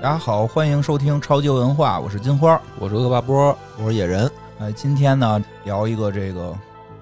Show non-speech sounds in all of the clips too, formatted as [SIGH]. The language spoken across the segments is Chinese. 大家好，欢迎收听超级文化，我是金花，我是恶霸波，我是野人。哎，今天呢聊一个这个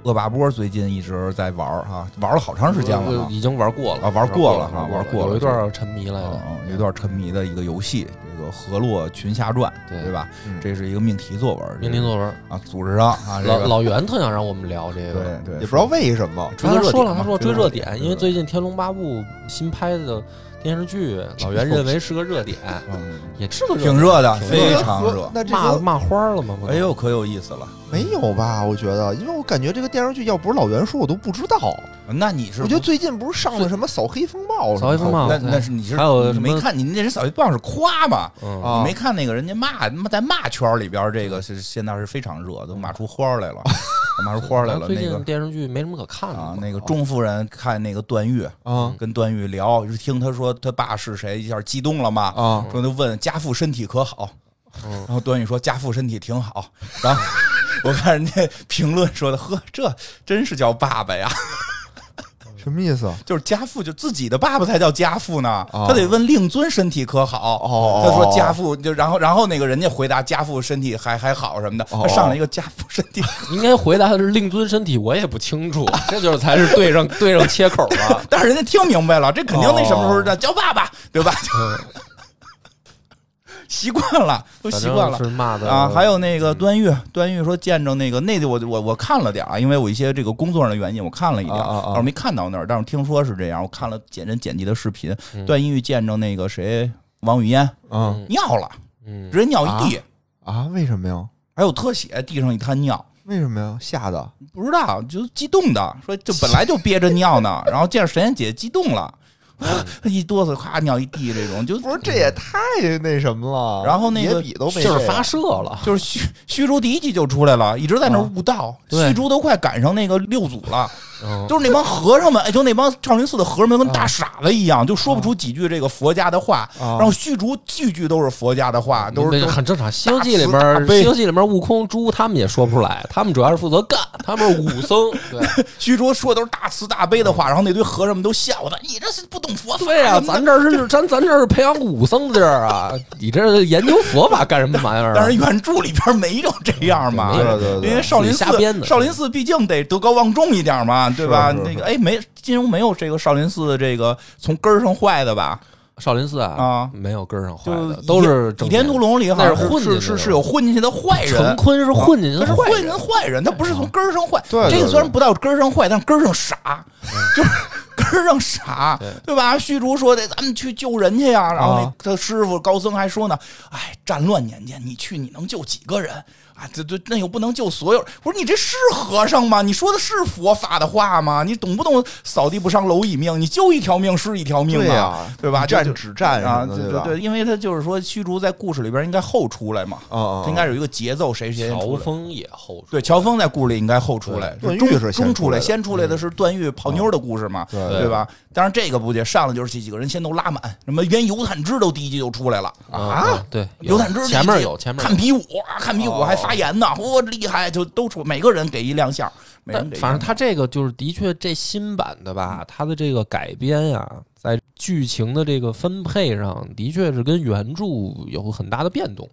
恶霸波最近一直在玩儿哈、玩了好长时间了我哈已经玩过了啊玩过过了哈玩过了有一段沉迷来嗯的，嗯有一段沉迷的一个游戏，这个《河洛群侠传》，对对吧？嗯这是一个命题作文，命题作文。啊，组织上啊，这老个老袁特想让我们聊这对个，对，也不知道为什么，追个他热啊说点了，嘛他说追追热热点点，对因为最近《天龙八部》新拍的电视剧，老袁认为是个 [LAUGHS] 热点，嗯也是个热挺点，热的，挺非热常热。那这骂个骂花了吗？不都哎呦，，可有意思了！没有吧？我觉得，因为我感觉这个电视剧要不是老袁说，我都不知道。那你是我觉得最近不是上了什么《扫黑风暴》什么的？扫黑风暴那对那是你是还有你什么没看你那是小一棒是夸吧？嗯，啊你没看那个人家骂，那么在骂圈里边，这个是现在是非常热，都骂出花儿来 [LAUGHS] 了，骂出花儿来了。嗯最那近个电视剧没什么可看的啊嘛，那个钟夫人看那个段誉，嗯啊跟段誉聊，就听他说他爸是谁，一下激动了嘛，啊！说就问家父身体可好，嗯然后段誉说家父身体挺好，然后 [LAUGHS] 我看人家评论说的，呵，这真是叫爸爸呀，什么意思？嗯就是家父就自己的爸爸才叫家父呢，哦他得问令尊身体可好。哦他说家父就然后然后那个人家回答家父身体还还好什么的，哦他上了一个家父身体 [LAUGHS] 应该回答的是令尊身体，我也不清楚， [LAUGHS] 这就是才 [LAUGHS] 是对上对上切口了。但是人家听明白了，这肯定那什么时候哦的叫爸爸，对吧？嗯 [LAUGHS] 习惯了，都 [LAUGHS] 习惯了反正是骂的嗯啊。还有那个段誉，段誉说见着那个那个我我我看了点儿啊，因为我一些这个工作上的原因，我看了一点儿，啊啊啊但是没看到那儿，但是听说是这样，我看了剪人剪辑的视频，嗯段誉见着那个谁王语嫣啊嗯尿了，嗯，人尿一地，啊！为什么呀？还有特写，地上一滩尿。为什么呀？吓的不知道，就激动的说，就本来就憋着尿呢，然后见着神仙姐激动了，嗯 [LAUGHS] 一哆嗦，咵尿一地，这种就不是这也太那什么了。然后那个野比都没就是这发样射了，就是虚虚竹第一季就出来了，一直在那儿悟道，嗯对虚竹都快赶上那个六祖了，嗯，就是那帮和尚们，哎，就那帮少林寺的和尚们跟大傻子一样，就说不嗯出几句这个佛家的话，啊然后虚竹句句都是佛家的话，都是都那个是很正常。《西游记》里边大慈大儿，《悲西游记》里边儿悟空、猪他们也说不出来，他们主要是负责干，他们是武 [LAUGHS] 僧。对虚竹说的都是大慈大悲的话，然后那堆和尚们都笑他，你这是不懂佛法，对啊呀、你们咱这儿是咱咱这儿是培养武僧的地儿啊，你这是研究佛法干什么玩意儿、啊？但是原著里边没有这样嘛，没有对对对因为少林自己瞎编寺的少林寺毕竟得德高望重一点嘛，对吧？是是那个哎，没金庸没有这个少林寺的这个从根儿上坏的吧？少林寺啊啊，没有根儿上坏就的，都是倚正天面屠龙里好那是像混是进去是的是有混进去的坏人陈。坤是混进去他的是坏混进人去，坏人，他不是从根儿上坏。啊对对这个对嗯虽然不到根儿上坏，但是根儿上傻，就是根儿上傻，对吧？虚竹说的，咱们去救人去呀。然后那啊他师傅高僧还说呢，哎，战乱年间你去你能救几个人啊？这这那又不能救所有人。我说你这是和尚吗？你说的是佛法的话吗？你懂不懂？扫地不伤蝼蚁命，你救一条命是一条命对啊呀，对吧？以战这就止战什啊，么的对对吧对，因为他就是说虚竹在故事里边应该后出来嘛，啊啊啊他应该有一个节奏，谁谁先出乔来。峰也后对，乔峰在故事里应该后出来，对中段誉是先中出来来，的嗯哦先出来的是段誉泡妞的故事嘛，对对吧？当然这个不也上来就是这几个人先都拉满，什么原尤坦之都第一集就出来了。啊，对，尤有坦之前面有前面有看比武，啊看比武哦还发言呢，哇、厉害！就都出每个人给一亮相，每但人给一反正亮相他这个就是的确这新版的嗯吧，它的这个改编呀，在剧情的这个分配上，的确是跟原著有很大的变动。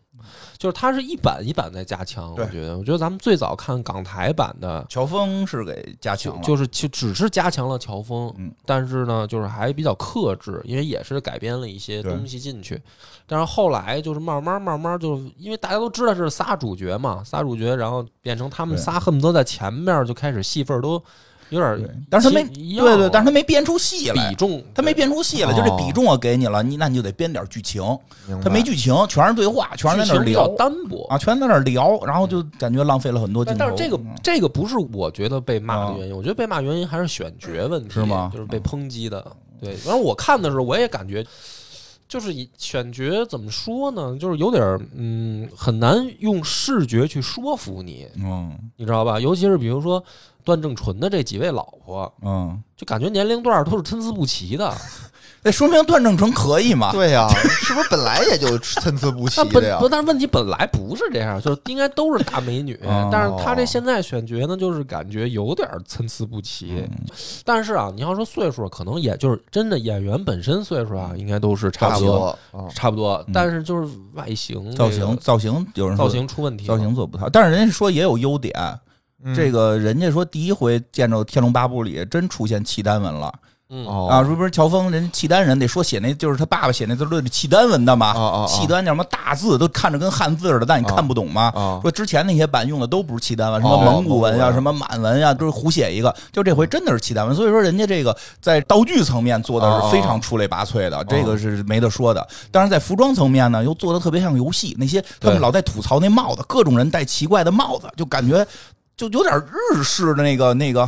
就是它是一版一版在加强，嗯对我觉得，我觉得咱们最早看港台版的，乔峰是给加强就了，就是就只是加强了乔峰，嗯但是呢，就是还比较克制，因为也是改编了一些对东西进去。但是后来就是慢慢慢慢就，因为大家都知道这是仨主角嘛，仨主角，然后变成他们对仨恨不得在前面就开始戏份儿都有点对，但是他没一样对对，但是了他没编出戏来比。哦重他没对编出戏来，就这比重我给你了，你那你就得编点剧情。嗯明白他没剧情，全是对话，全是在那儿剧情比较聊单薄。啊，全在那儿聊，然后就感觉浪费了很多镜但头。但是这个嗯这个不是我觉得被骂的原因，我觉得被骂原因还是选角问题，是吗嗯就是被抨击的。对，然后我看的时候我也感觉，就是以选角怎么说呢，就是有点儿嗯很难用视觉去说服你，嗯你知道吧？尤其是比如说段正淳的这几位老婆，嗯，就感觉年龄段儿都是参差不齐的。那哎说明段正淳可以嘛？对 [LAUGHS] 呀、是不是本来也就参 [LAUGHS] 差不齐但的本呀不，？但是问题本来不是这样，就是应该都是大美女哦，但是她这现在选角呢，就是感觉有点参差不嗯齐。但是啊，你要说岁数，可能也就是真的演员本身岁数啊，应该都是差差不不多，多，嗯差不多。但是就是外形、造这型个造型有人说造型出问题了，造型做不好，但是人家说也有优点。嗯这个人家说第一回见着《天龙八部》里真出现契丹文了嗯哦啊！是不是乔峰人契丹人得说写那就是他爸爸写那字论契丹文的嘛？哦哦哦契丹叫什么大字都看着跟汉字似的，但你哦看不懂嘛？啊说之前那些版用的都不是契丹文，什哦么蒙古文呀、蒙古文什么满文呀、都是胡写一个。就这回真的是契丹文，所以说人家这个在道具层面做的是非常出类拔萃哦的，这个是没得说的。但是在服装层面呢，又做的特别像游戏，那些他们对老在吐槽那帽子，各种人戴奇怪的帽子，就感觉。就有点日式的那个那个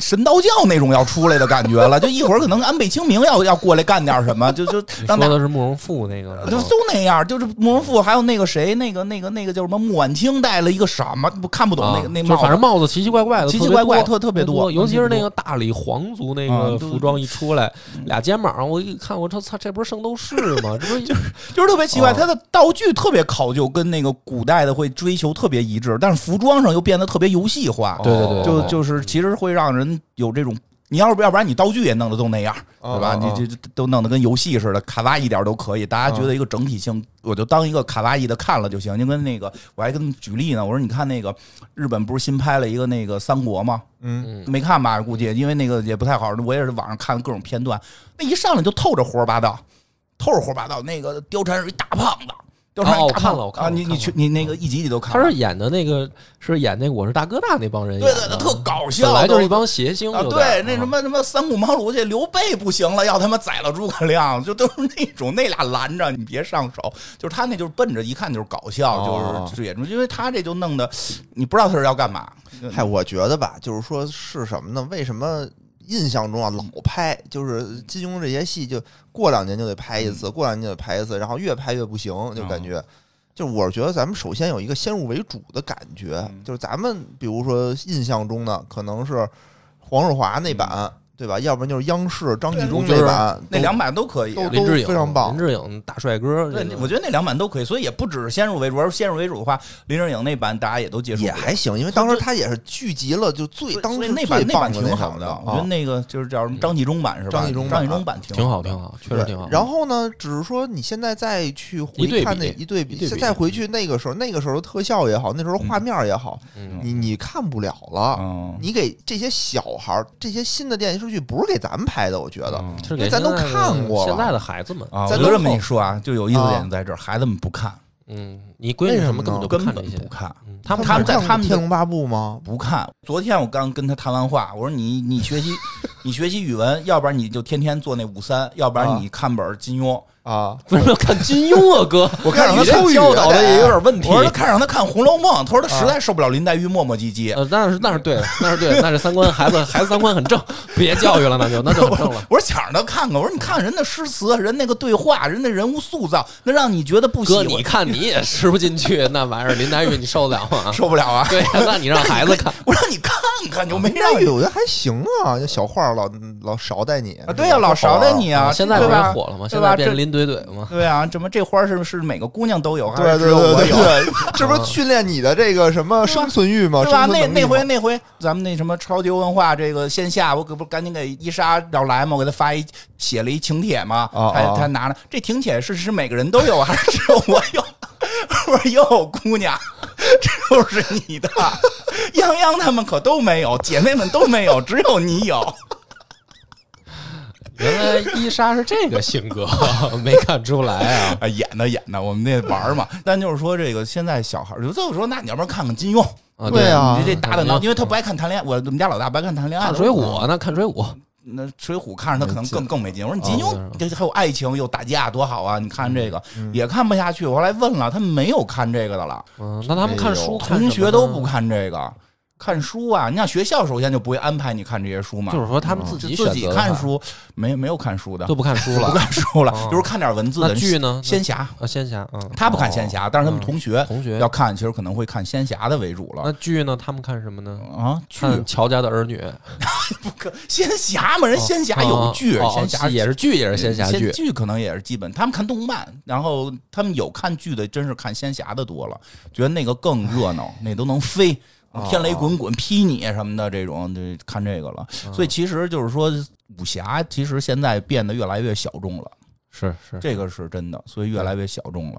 神道教那种要出来的感觉了，就一会儿可能安倍晴明要要过来干点什么，就就你让大说的是慕容复那个，呃就都那样，就是慕容复，还有那个谁，那个那个那个叫什么穆婉清戴了一个什么，不看不懂啊那个那就帽反正子，帽子奇奇怪怪的，奇奇怪怪特特特别多，嗯尤其是那特个大理皇族那啊个都服装一出来，嗯俩肩膀，我一看，我操操，这不是圣斗士吗？这不是别多就是特别奇怪，啊它的道具特别考究，跟那个古代的会追求特别一致，但是服装上又变得特别游戏化，对对对就哦就是其实会让人有这种。你要不要不然你道具也弄得都那样，对吧？你这这都弄得跟游戏似的，卡哇伊点儿都可以。大家觉得一个整体性，我就当一个卡哇伊的看了就行。就跟那个我还跟他们举例呢，我说你看那个日本不是新拍了一个那个三国吗？嗯嗯没看吧？估计因为那个也不太好，我也是网上看各种片段，那一上来就透着胡说八道，透着胡说八道。那个貂蝉是一大胖子，貂蝉是一哦我大胖子、看了我看了啊，你我看你了去你那个一集你都看他了，是演的那个是演那个我是大哥大那帮人演对的，对对，特搞笑，啊本来就是一都帮谐星啊，有点对，那什么什么三顾茅庐去，刘备不行了，要他妈宰了诸葛亮，就都是那种那俩拦着你别上手，就是他那就是奔着一看就是搞笑，哦就是这演出，因为他这就弄得你不知道他是要干嘛，嗨，我觉得吧，就是说是什么呢？为什么印象中啊老拍，就是金庸这些戏，就过两年就得拍一嗯次，过两年就得拍一次，然后越拍越不行，就感觉。就是我觉得咱们首先有一个先入为主的感觉，嗯就是咱们比如说印象中呢，可能是黄日华那版，对吧？要不然就是央视张纪中对就是版，嗯那都两版都可以。啊都林志颖非常棒林志颖大帅哥，对这，个我觉得那两版都可以，所以也不只是先入为主。而先入为主的话，林正英那版大家也都接受不也了，还行，因为当时他也是聚集了就最所以当所以时那最版那版棒的挺什好么的。的，我觉得啊那个就是叫什么张纪中版是吧？张张纪中版纪中版挺挺好好的挺。好，确实啊挺好。然后呢，只是说你现在再去回一对比看那一对比，一对比再回去那个时嗯候，那个时候的特效也好，那时候画面也好，嗯你你看不了了。嗯，你给这些小孩儿、这些新的电视剧不是给咱们拍的，我觉得嗯是因为给咱都现在的看过了现在的孩子们，啊，我咱就都这么后一说啊，就有意思的点啊就在这儿，孩子们不看，嗯，你闺为女什什么么呢根本就不根看本这些不，看。嗯，他他们看在过他们《天龙八部》吗？不看。昨天我刚跟他谈完话，我说你你学习你学习语文，要不然你就天天做那五三，要不啊然你看本金庸。 [LAUGHS] 啊，为什么要看金庸啊，哥？我看你着他这抽语教导了的得也有点问题。啊我说看让他看《红楼梦》，他说他实在受不了林黛玉磨磨唧唧。呃，那是那是对的，那是对的，那是三观，孩子孩子三观很正，别教育了，那就那就很正了。我说抢着他看看，我说你看人的诗词，人那个对话，人的人物塑造，那让你觉得不喜哥，欢，你看你也吃不进去那玩意儿，林黛玉你受得了吗？ [LAUGHS] 受不了啊！对呀，那你让孩子看，我让你看看，就没那让你玉我觉得还行啊，就小画儿老老捎带你啊，对呀、老勺捎带你啊，嗯现在 [LAUGHS] 不对是吧？火了吗？对现吧？这在变成林怼怼吗？对啊，怎么这花是不是每个姑娘都有，还对是只对有对哎我对有？嗯对，这不是训练你的这个什么生存欲吗？对吧？生存那能力那回吗那回咱们那什么超级文化这个线下，我可不赶紧给伊莎找来嘛，我给她发一写了一请帖嘛，哦她哦她拿了这请帖是是每个人都有啊 [LAUGHS] 还是只有我有？我说哟，姑娘，这就是你的。泱泱他们可都没有，姐妹们都没有，只有你有。原来伊莎是这个性格， [LAUGHS] 没看出来啊。啊，演的演的，我们那玩儿嘛。 [LAUGHS] 但就是说，这个现在小孩儿，有的我说，那你要不然看看金庸，啊对啊你这打打闹，嗯因为他不爱看谈恋爱，我我们家老大不爱看谈恋爱看的。水浒呢，看水浒，那《水浒》看着他可能没劲更更没劲。我说你金哦庸这还有爱情又打架多好啊！你看这个嗯也看不下去。我后来问了，他们没有看这个的了，嗯嗯，那他们看书，看什么同呢学都不。看这个。看书啊，你想学校首先就不会安排你看这些书嘛，就是说他们就自己嗯自选己择的看话书，没没有看书的都，不看书了不。看书了，哦就是看点文字那的。剧呢？仙侠，啊，仙侠，嗯，哦他不看仙侠，但是他们同学同学要看，其实可能会看仙侠的为主了那剧呢？他们看什么呢？啊。剧看乔家的儿女，不可仙侠嘛，人仙侠有剧，哦哦仙侠也是剧，也是仙侠剧仙。剧可能也是基本。他们看动漫，然后他们有看剧的，真是看仙侠的多了，觉得那个更热闹，那都能飞。哦嗯天雷滚滚劈你什么的，这种这看这个了，所以其实就是说，武侠其实现在变得越来越小众了，是嗯是，这个是真的，所以越来越小众了。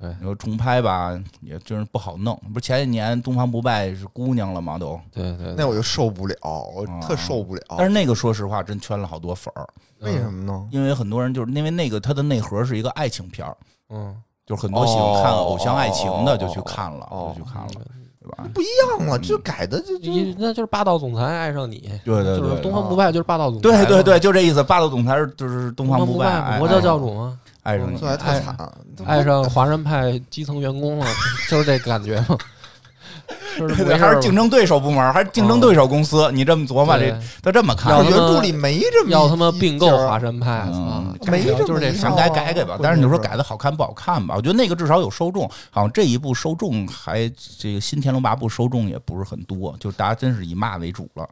对你说重拍吧，也真是不好弄。不是前几年东方不败是姑娘了吗？都，哦对对。那我就受不了，我啊特受不了。但是那个说实话真圈了好多粉儿，嗯为什么呢？因为很多人就是因为那个它的内核是一个爱情片儿，嗯，就是很多喜欢看哦偶像爱情的就去哦看了，哦就去看了，嗯对吧？不一样了，嗯这改的这这一那就是霸道总裁爱上你，对对就是对东方不败就是霸道总裁，对对对，，就这意思。霸道总裁是就是东东方方不败败爱，魔教教主吗？爱上你这还特爱惨，都哎爱上华人派基层员工了， [LAUGHS] 就是这感觉嘛，就是对没对，事还儿是竞争对手部门，还是竞争对手公司。你这么琢磨，对这他这么要看，他原妈著里没这么要他一妈一并购劲儿啊华山派，嗯操没这么就是这一事想儿套改啊改改吧。关但是你键说是改的好看不好看吧？我觉得那个至少有受众，好像这一部受众还这个新《天龙八部》受众也不是很多，就大家真是以骂为主了。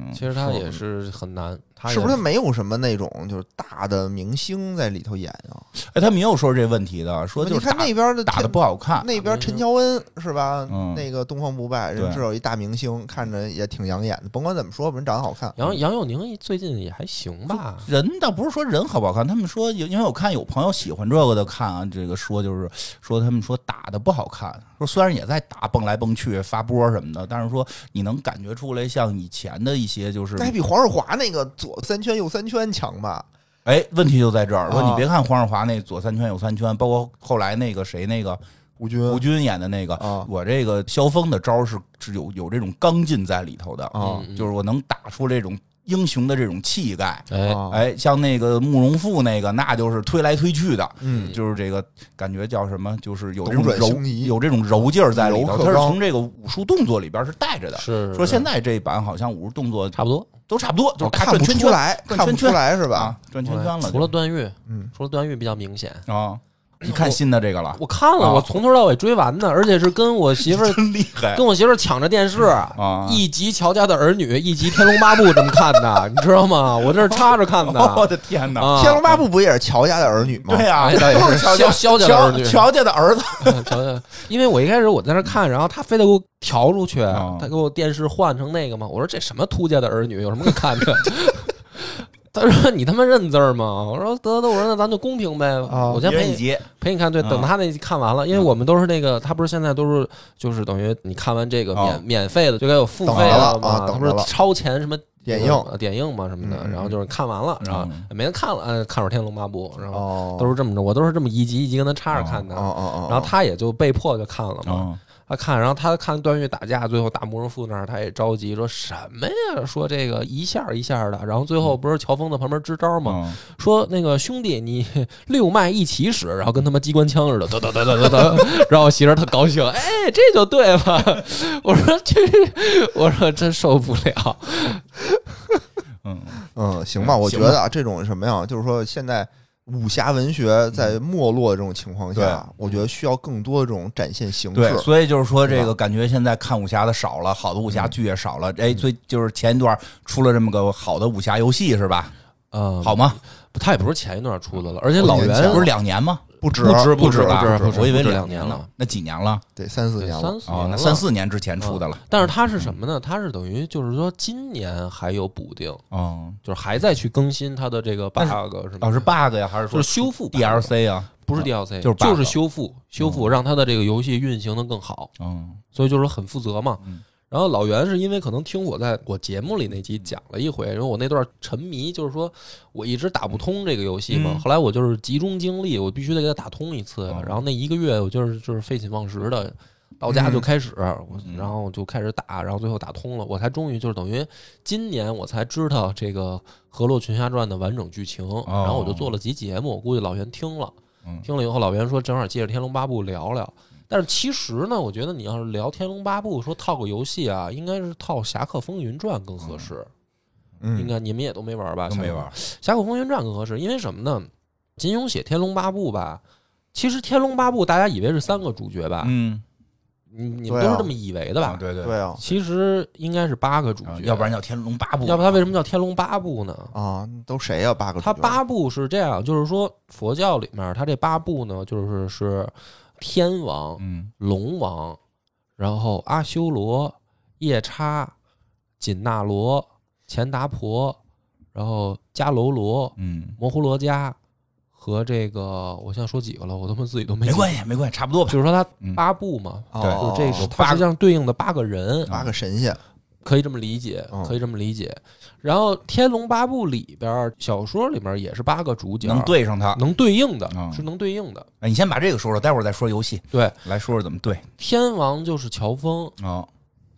嗯，其实他也是很难，他也是不是没有什么那种就是大的明星在里头演啊？哎，他们也有说这问题的，说就你是打看那边的打的天不好嗯看，那边陈乔恩是吧？嗯那个东方不败对人至少一大明星，看着也挺养眼的。甭管怎么说吧，人长得好看。杨杨佑宁最近也还行吧，人倒不是说人好不好看，他们说有，因为我看有朋友喜欢这个的看啊，这个说就是说他们说打的不好看，说虽然也在打蹦来蹦去发波什么的，但是说你能感觉出来像以前的一些就是那还比黄日华那个左三圈右三圈强吧？哎，问题就在这儿，说你啊别看黄日华那左三圈右三圈，包括后来那个谁那个吴军吴军演的那个，啊我这个萧峰的招是是有有这种刚劲在里头的，啊嗯哦就是我能打出这种英雄的这种气概。哎，啊！哎，像那个慕容复那个，那就是推来推去的，嗯，就是这个感觉叫什么，就是有这种斗转柔星移有这种柔劲儿在里头，柔克它是刚从这个武术动作里边是带着的。是说现在这一版好像武术动作差不多都差不多，就是大哦看转不圈出圈来，转看不圈出圈来是吧？啊，转圈圈了就。除了段誉，嗯，除了段誉比较明显。啊，你看新的这个了，我看了，啊我从头到尾追完的，而且是跟我媳 [LAUGHS] 妇儿真厉害跟我媳妇儿抢着电视，啊！一集《乔家的儿女》，一集《天龙八部》这么看的，你知道吗？我这是插 [LAUGHS] 着看的。哦我的天哪！啊天龙八部》不也是乔家的儿女吗？对呀，哎倒也都是是乔家萧萧家的儿乔女乔家的儿子，嗯瞧瞧，因为我一开始我在那儿看，然后他非得给我调出去，啊哦他给我电视换成那个嘛。我说这什么秃家的儿女，有什么可看的？ [LAUGHS] 他说你他妈认字儿吗？我说得得，我说那咱就公平呗。啊我先狄陪仁你杰陪你看，哦对，啊等他那看完了，因为我们都是那个，他不是现在都是就是等于你看完这个免哦免费的就该有付等费着了嘛啊，他等不着是了超前什么点映呃点映嘛什么的，嗯嗯然后就是看完了，然后嗯没人看了，嗯，看会儿《天龙八部》，然后哦，都是这么着，我都是这么一集一集跟他插着看的哦。哦哦，然后他也就被迫就看了嘛，啊，他看，然后他看段誉打架，最后打慕容复那儿，他也着急，说什么呀？说这个一下一下的，然后最后不是乔峰在旁边支招吗？嗯说那个兄弟，你六脉一起使，然后跟他妈机关枪似的，得得得得得得， [LAUGHS] 然后我媳妇儿特高兴，哎，这就对了。 [LAUGHS] 我说这，我说真受不了，嗯，嗯，行吧，我行觉吧得啊，这种什么呀，就是说现在武侠文学在嗯没落的这种情况下，我觉得需要更多这种展现嗯形对，式。所以就是说，对吧这个感觉现在看武侠的少了，好的武侠剧嗯也少了。哎，最就是前一段出了这么个好的武侠游戏是吧？嗯，好，吗？他也不是前一段出的了，而且老袁不是两年吗？不止不止不止吧不止不止我以为不止两两年了了，那几年了？得三四对年了三四哦年，那了三四年之前出的了。但是他是什么呢？他是等于就是说今年还有补丁，哦，就是还在去更新它的这个但 bug 是什哦，么的，是 bug 呀，还是就说是修复 bug DLC 啊？不是 DLC，就是嗯 bug 就是修复修复，让它的这个游戏运行的更好，嗯所以就是很负责嘛嗯。然后老袁是因为可能听我在我节目里那集讲了一回，因为我那段沉迷，就是说我一直打不通这个游戏嘛。嗯后来我就是集中精力，我必须得给它打通一次哦。然后那一个月我就是就是废寝忘食的，到家嗯就开始，我然后就开始打，然后最后打通了，我才终于就是等于今年我才知道这个《河洛群侠传》的完整剧情。然哦后我就做了集节目，我估计老袁听了。嗯听了以后，老袁说正好借着《天龙八部》聊聊。但是其实呢，我觉得你要是聊《天龙八部》，说套个游戏啊，应该是套《侠客风云传》更合适。应嗯该你们也都没玩吧？都没玩儿， 《侠客风云传》更合适，因为什么呢？金庸写《天龙八部》吧，其实《天龙八部》大家以为是三个主角吧？嗯，你你对们啊都是这么以为的吧？啊对对对，啊其实应该是八个主啊角，要不然叫《天龙八部》，要不它为什么叫《天龙八部》呢？啊，都谁呀？八个主它角八部是这样，就是说佛教里面它这八部呢，就是是天王、嗯龙王，然后阿修罗、夜叉、紧那罗、钱达婆，然后迦楼罗、嗯，摩呼罗伽和这个我现在说几个了，我他妈自己都没没关系。系没关系，差不多吧就。是说它嗯八部嘛，对哦，就有是这八它个实际上对应的八个人，八个神仙可以这么理解嗯，可以这么理解。然后《天龙八部》里边儿小说里面也是八个主角，能对上它，能对应的嗯，是能对应的。哎你先把这个说说，待会儿再说游戏，对，来说说怎么对天王就是乔峰，啊。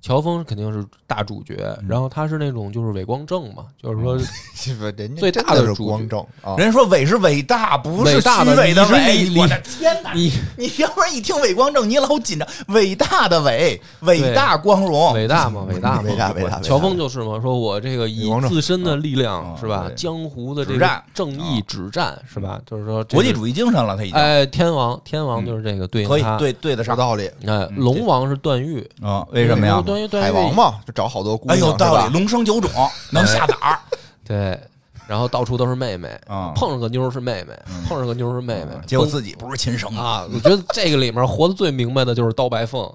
乔峰肯定是大主角，嗯然后他是那种就是伪光正嘛，就是说这 [LAUGHS] 不人嗯家最真大的是主角光正啊，人家说伟是伟大，不是伟虚大的伪你是伟。你我的天哪！你 [LAUGHS] 你要不然一听伟光正，你老紧张。伟大的伟，伟大光荣，伟大 [LAUGHS] 嘛，伟大嘛伟。大伟大，乔峰就是嘛，说我这个以伪光正自身的力嗯量是吧对，江湖的这指个战啊嗯正义指战是吧，就是说这国际个主义精神了，他已经哎，天王天王就是这个对可以应他。对对得有上道理，哎，嗯龙王是段誉，啊？为什么呀？段誉段海誉王嘛，就找好多姑哎娘，有是道吧理，龙生九种，能下崽儿对，然后到处都是妹妹，啊！碰上个妞儿是妹妹，碰上个妞儿是妹妹，嗯结果崩自己不是亲生的啊，我觉得这个里面活得最明白的就是刀 [LAUGHS] 白凤。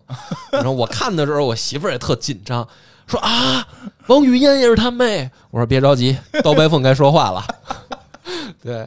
然后我看的时候，我媳妇儿也特紧张，说啊，王语嫣也是他妹。我说别着急，刀白凤该说 [LAUGHS] 话了。对，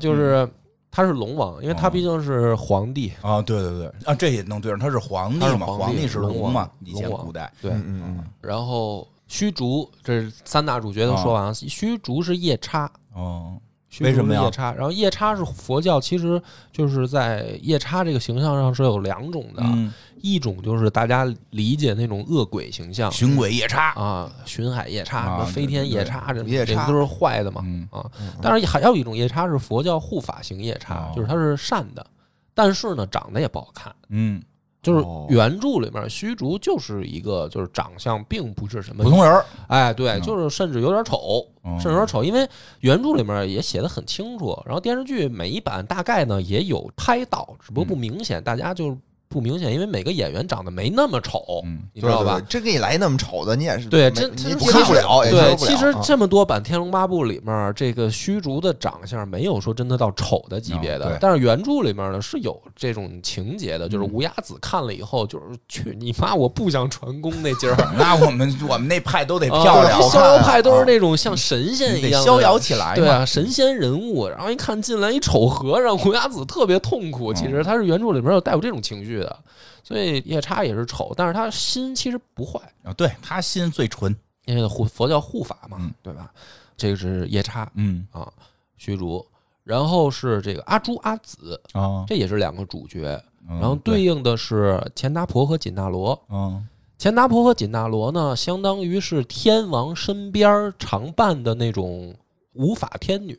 就是他是龙王，因为他毕竟是皇帝。啊！对对对啊，这也能对上，他是皇帝他是嘛，皇帝帝是龙龙王嘛，以前龙王古代对，嗯嗯嗯，然后虚竹，这是三大主角都说完了。虚竹是夜叉，哦，虚竹为什么是呀夜叉，然后夜叉是佛教，其实就是在夜叉这个形象上是有两种的，嗯，一种就是大家理解那种恶鬼形象寻鬼夜叉，啊，巡海夜叉、啊什么飞天夜叉，这对夜这叉都是坏的嘛、嗯啊。但是还有一种夜叉是佛教护法型夜叉哦，就是它是善的，但是呢长得也不好看。嗯，就是哦原著里面，虚竹就是一个就是长相并不是什么普通人儿，哎，对，嗯就是甚至有点丑，嗯甚至有点丑，因为原著里面也写的很清楚，然后电视剧每一版大概呢也有拍到，只不嗯过不明显，大家就是不明显，因为每个演员长得没那么丑，嗯你知道吧对？对对真给你来那么丑的，你也是对，没真你真也是接受不了，也接对，受不了其实啊这么多版《天龙八部》里面，这个虚竹的长相没有说真的到丑的级别嗯对嗯的，但是原著里面呢是有这种情节的，就是无崖子看了以后就是去你妈，我不想传功那劲儿，那我们我 [LAUGHS] 们那派都得啊漂亮，这逍遥派都是啊那种像神仙你一得样的逍遥起来嘛，对啊，神仙人物，然后一看进来一丑和尚，胡雅子特别痛苦。其实他是原著里面有带有这种情绪的，所以夜叉也是丑，但是他心其实不坏，啊，对他心最纯，因为护佛教护法嘛，嗯对吧？这个是夜叉嗯啊，虚竹，然后是这个阿朱阿紫，啊，这也是两个主角，然然后对，应的是钱达婆和紧那罗。嗯钱达婆和紧那罗呢，相当于是天王身边常伴的那种无法天女，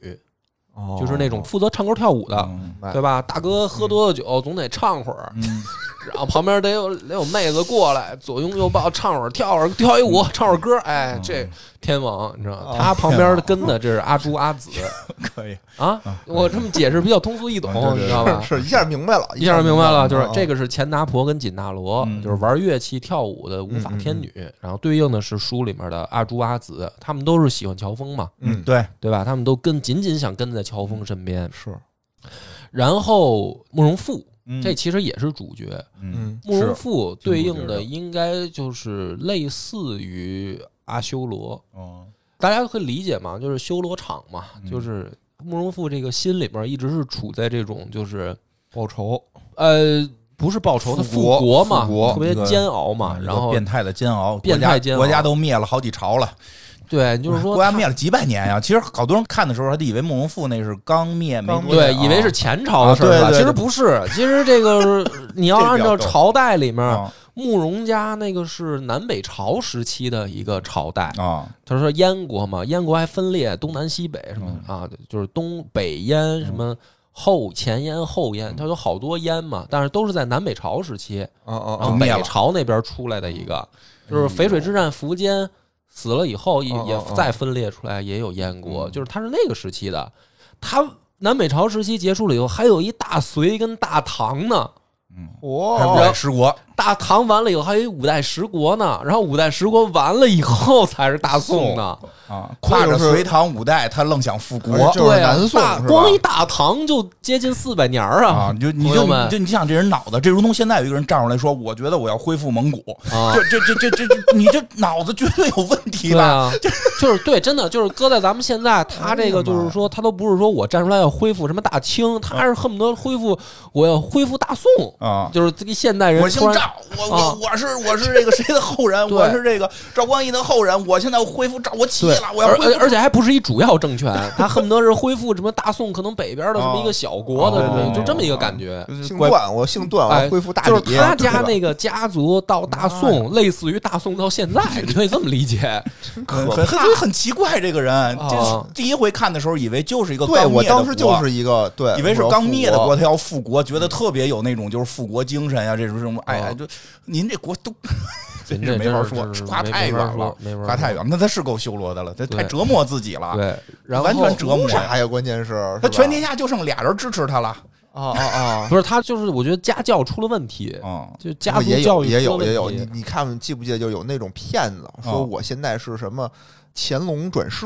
哦就是那种负责唱歌跳舞的。嗯对吧？大哥喝多了酒，总得唱会儿，嗯 [LAUGHS] 然后旁边得有得有妹子过来，左拥右抱，唱会儿，跳会儿，跳一舞，嗯唱会儿歌。哎，这天王，你知道吗，哦他旁边跟的这是阿朱阿紫可以， [LAUGHS] 啊。 [LAUGHS] 我这么解释比较通俗易懂嗯对，对你知道吧？ [LAUGHS] 是一下明白了，嗯一下就明白了，就是这个个是钱达婆跟紧那罗嗯，就是玩乐器跳舞的无法天女，然后对应的是书里面的阿朱阿紫，他们都是喜欢乔峰嘛，嗯对，对吧？他们都跟紧紧想跟在乔嗯峰身边。是然后慕容复，嗯这其实也是主角，嗯嗯慕是容复对应挺主角的的应该就是类似于阿修罗，哦大家可以理解嘛，就是修罗场嘛，嗯就是慕容复这个心里边一直是处在这种就是报仇呃，不是报仇，他复复国国嘛，复国特别一个嗯煎熬嘛，一个然后哎变态的煎熬，变态煎熬国家国家都灭了好几朝了，对，就是说国家他灭了几百年呀。其实好多人看的时候还得以为慕容复那是刚灭没刚多久对，以为是前朝的事儿啊对对吧，对其实不是，其实这个 [LAUGHS] 你要这比按较照逗朝代里面，啊慕容家那个是南北朝时期的一个朝代，啊他说嗯燕国嘛，燕国还分裂东南西北什么的啊，就是东北燕什么后前烟后嗯烟，它有好多烟嘛，但是都是在南北朝时期，哦然后哦灭北了朝那边出来的一个，就是淝水之战苻坚死了以后也哦哦也哦再分裂出来，也有燕国，嗯就是它是那个时期的。它南北朝时期结束了以后，还有一大隋跟大唐呢，啊哦，还五哎哇代十国，大唐完了以后还有一五代十国呢，然后五代十国完了以后才是大宋呢。啊，跨着隋唐五代，他愣想复国而且就是对啊南，宋大是吧光一大唐就接近四百年儿啊！啊！你就你朋就友们就你想这人脑子，这如同现在有一个人站出来说：“我觉得我要恢复蒙古。”啊这这这这这，这你这脑子绝对有问题对吧？啊， [LAUGHS] 就是对，真的就是搁在咱们现在，他这个就是说，他都不是说我站出来要恢复什么大清，他是恨不得恢复我要恢复大宋，啊！就是这个现代人我姓突然赵，我我啊我是我是这个谁的后人？对我是这个赵光义的后人。我现在恢复赵国气对了，我要而恢复而而且还不是一主要政权，他恨不得是恢复什么大宋可能北边的什么一个小国的哦什么，对就这么一个感觉。姓怪段，我姓段，我哎要恢复大理。就是他对吧家那个家族到大啊宋，类似于大宋到现在，你可以这么理解。很很所以很奇怪，这个人，啊这是第一回看的时候以为就是一个 [LAUGHS] 对刚我灭的当时就国是一个对，以为是刚灭的国，我要复他要复国，觉得特别有那种就是复国精神呀，这种这种哎啊哎，就您这国都 [LAUGHS] 真您是这没法真说是，夸没太没远法了说没法，夸说太远了。那他是够修罗的了，他对太折磨自己了，对，然后完全折磨图呀。啥呀？关键是他全天下就剩俩人支持他了，啊啊啊！不是他就是我觉得家教出了问题，嗯，就家族也教有育也出了有问也有，你题。啊你看记不记得就有那种骗子说我现在是什么乾隆转世，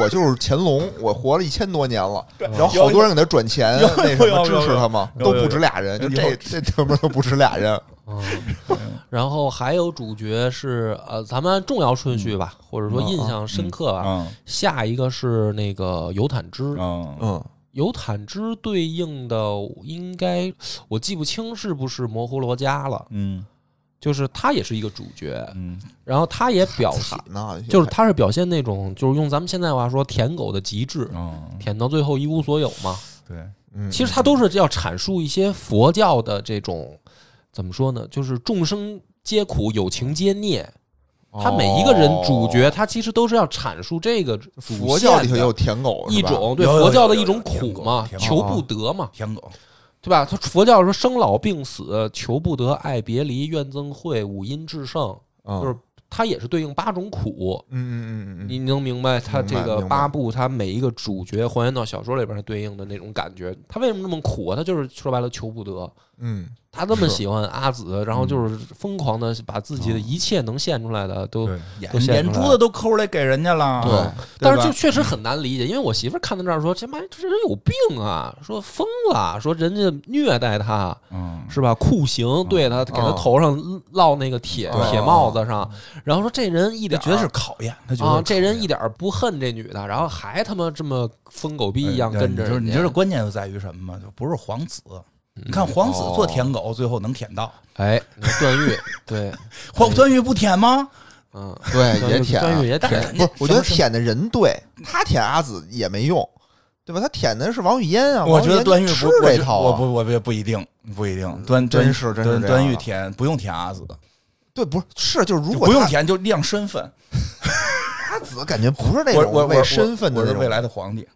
我就是乾隆，我活了一千多年了，然后好多人给他转钱，有那什有有么支持他嘛，有有都有不止俩人，就这这他妈都不止俩 [LAUGHS] 人，嗯， [LAUGHS] 然后还有主角是呃，咱们按重要顺序吧，或者说印象深刻吧。嗯下一个是那个尤坦之，嗯嗯，尤坦之对应的应该我记不清是不是模糊罗加了，嗯就是他也是一个主角，嗯然后他也 [LAUGHS] 表现惨，呐，就是他是表现那种就是用咱们现在话说舔狗的极致，嗯，舔到最后一无所有嘛。对，嗯其实他都是要阐述一些佛教的这种怎么说呢？就是众生皆苦，有情皆孽。他每一个人主角，他其实都是要阐述这个主哦佛线教里头的也有舔狗一是吧哦种对有有佛教的有一种有有苦嘛，挺好求不得嘛，舔狗，对吧？他佛教说生老病死，求不得，爱别离，怨憎会，五阴炽盛，嗯就是它也是对应八种苦。嗯嗯嗯嗯你能明白它这明白个明白八部，它每一个主角还原到小说里边对应的那种感觉，他为什么那么苦啊？他就是说白了求不得，嗯他那么喜欢阿紫，然后就是疯狂的把自哦己的一切能献出来的都，眼都显眼出来珠子都抠出来给人家了，啊对对吧，但是就确实很难理解，因为我媳妇儿看到这儿说：“这妈这人有病啊！”说疯了，说人家虐待他嗯是吧？酷刑对他，给他嗯头上烙那个铁对铁帽嗯子上，然后说这人一他点儿觉得是考验，他觉得啊是，这考人验一点儿不恨这女的，然后还他妈这么疯狗逼一样哎你跟着就是人你家，知道关键就在于什么吗？就不是皇子。你看皇子做舔狗，最后能舔到哎，那段誉对，皇段誉不舔吗？ [LAUGHS] 嗯， [LAUGHS] 哎对段也誉舔啊啊段誉也但舔是，人家不是，我觉得什么舔的人对他舔阿紫也没用，对吧？他舔的是王语嫣啊，我觉得段誉王语不嫣就吃我这觉套、啊，我不我不不一定不一定，段真段是真是段这样段誉啊舔不用舔阿紫，对，不是是就是如就果不用他舔就亮身份。阿紫，感觉不是那我我种我为身份的我那是种未来的皇帝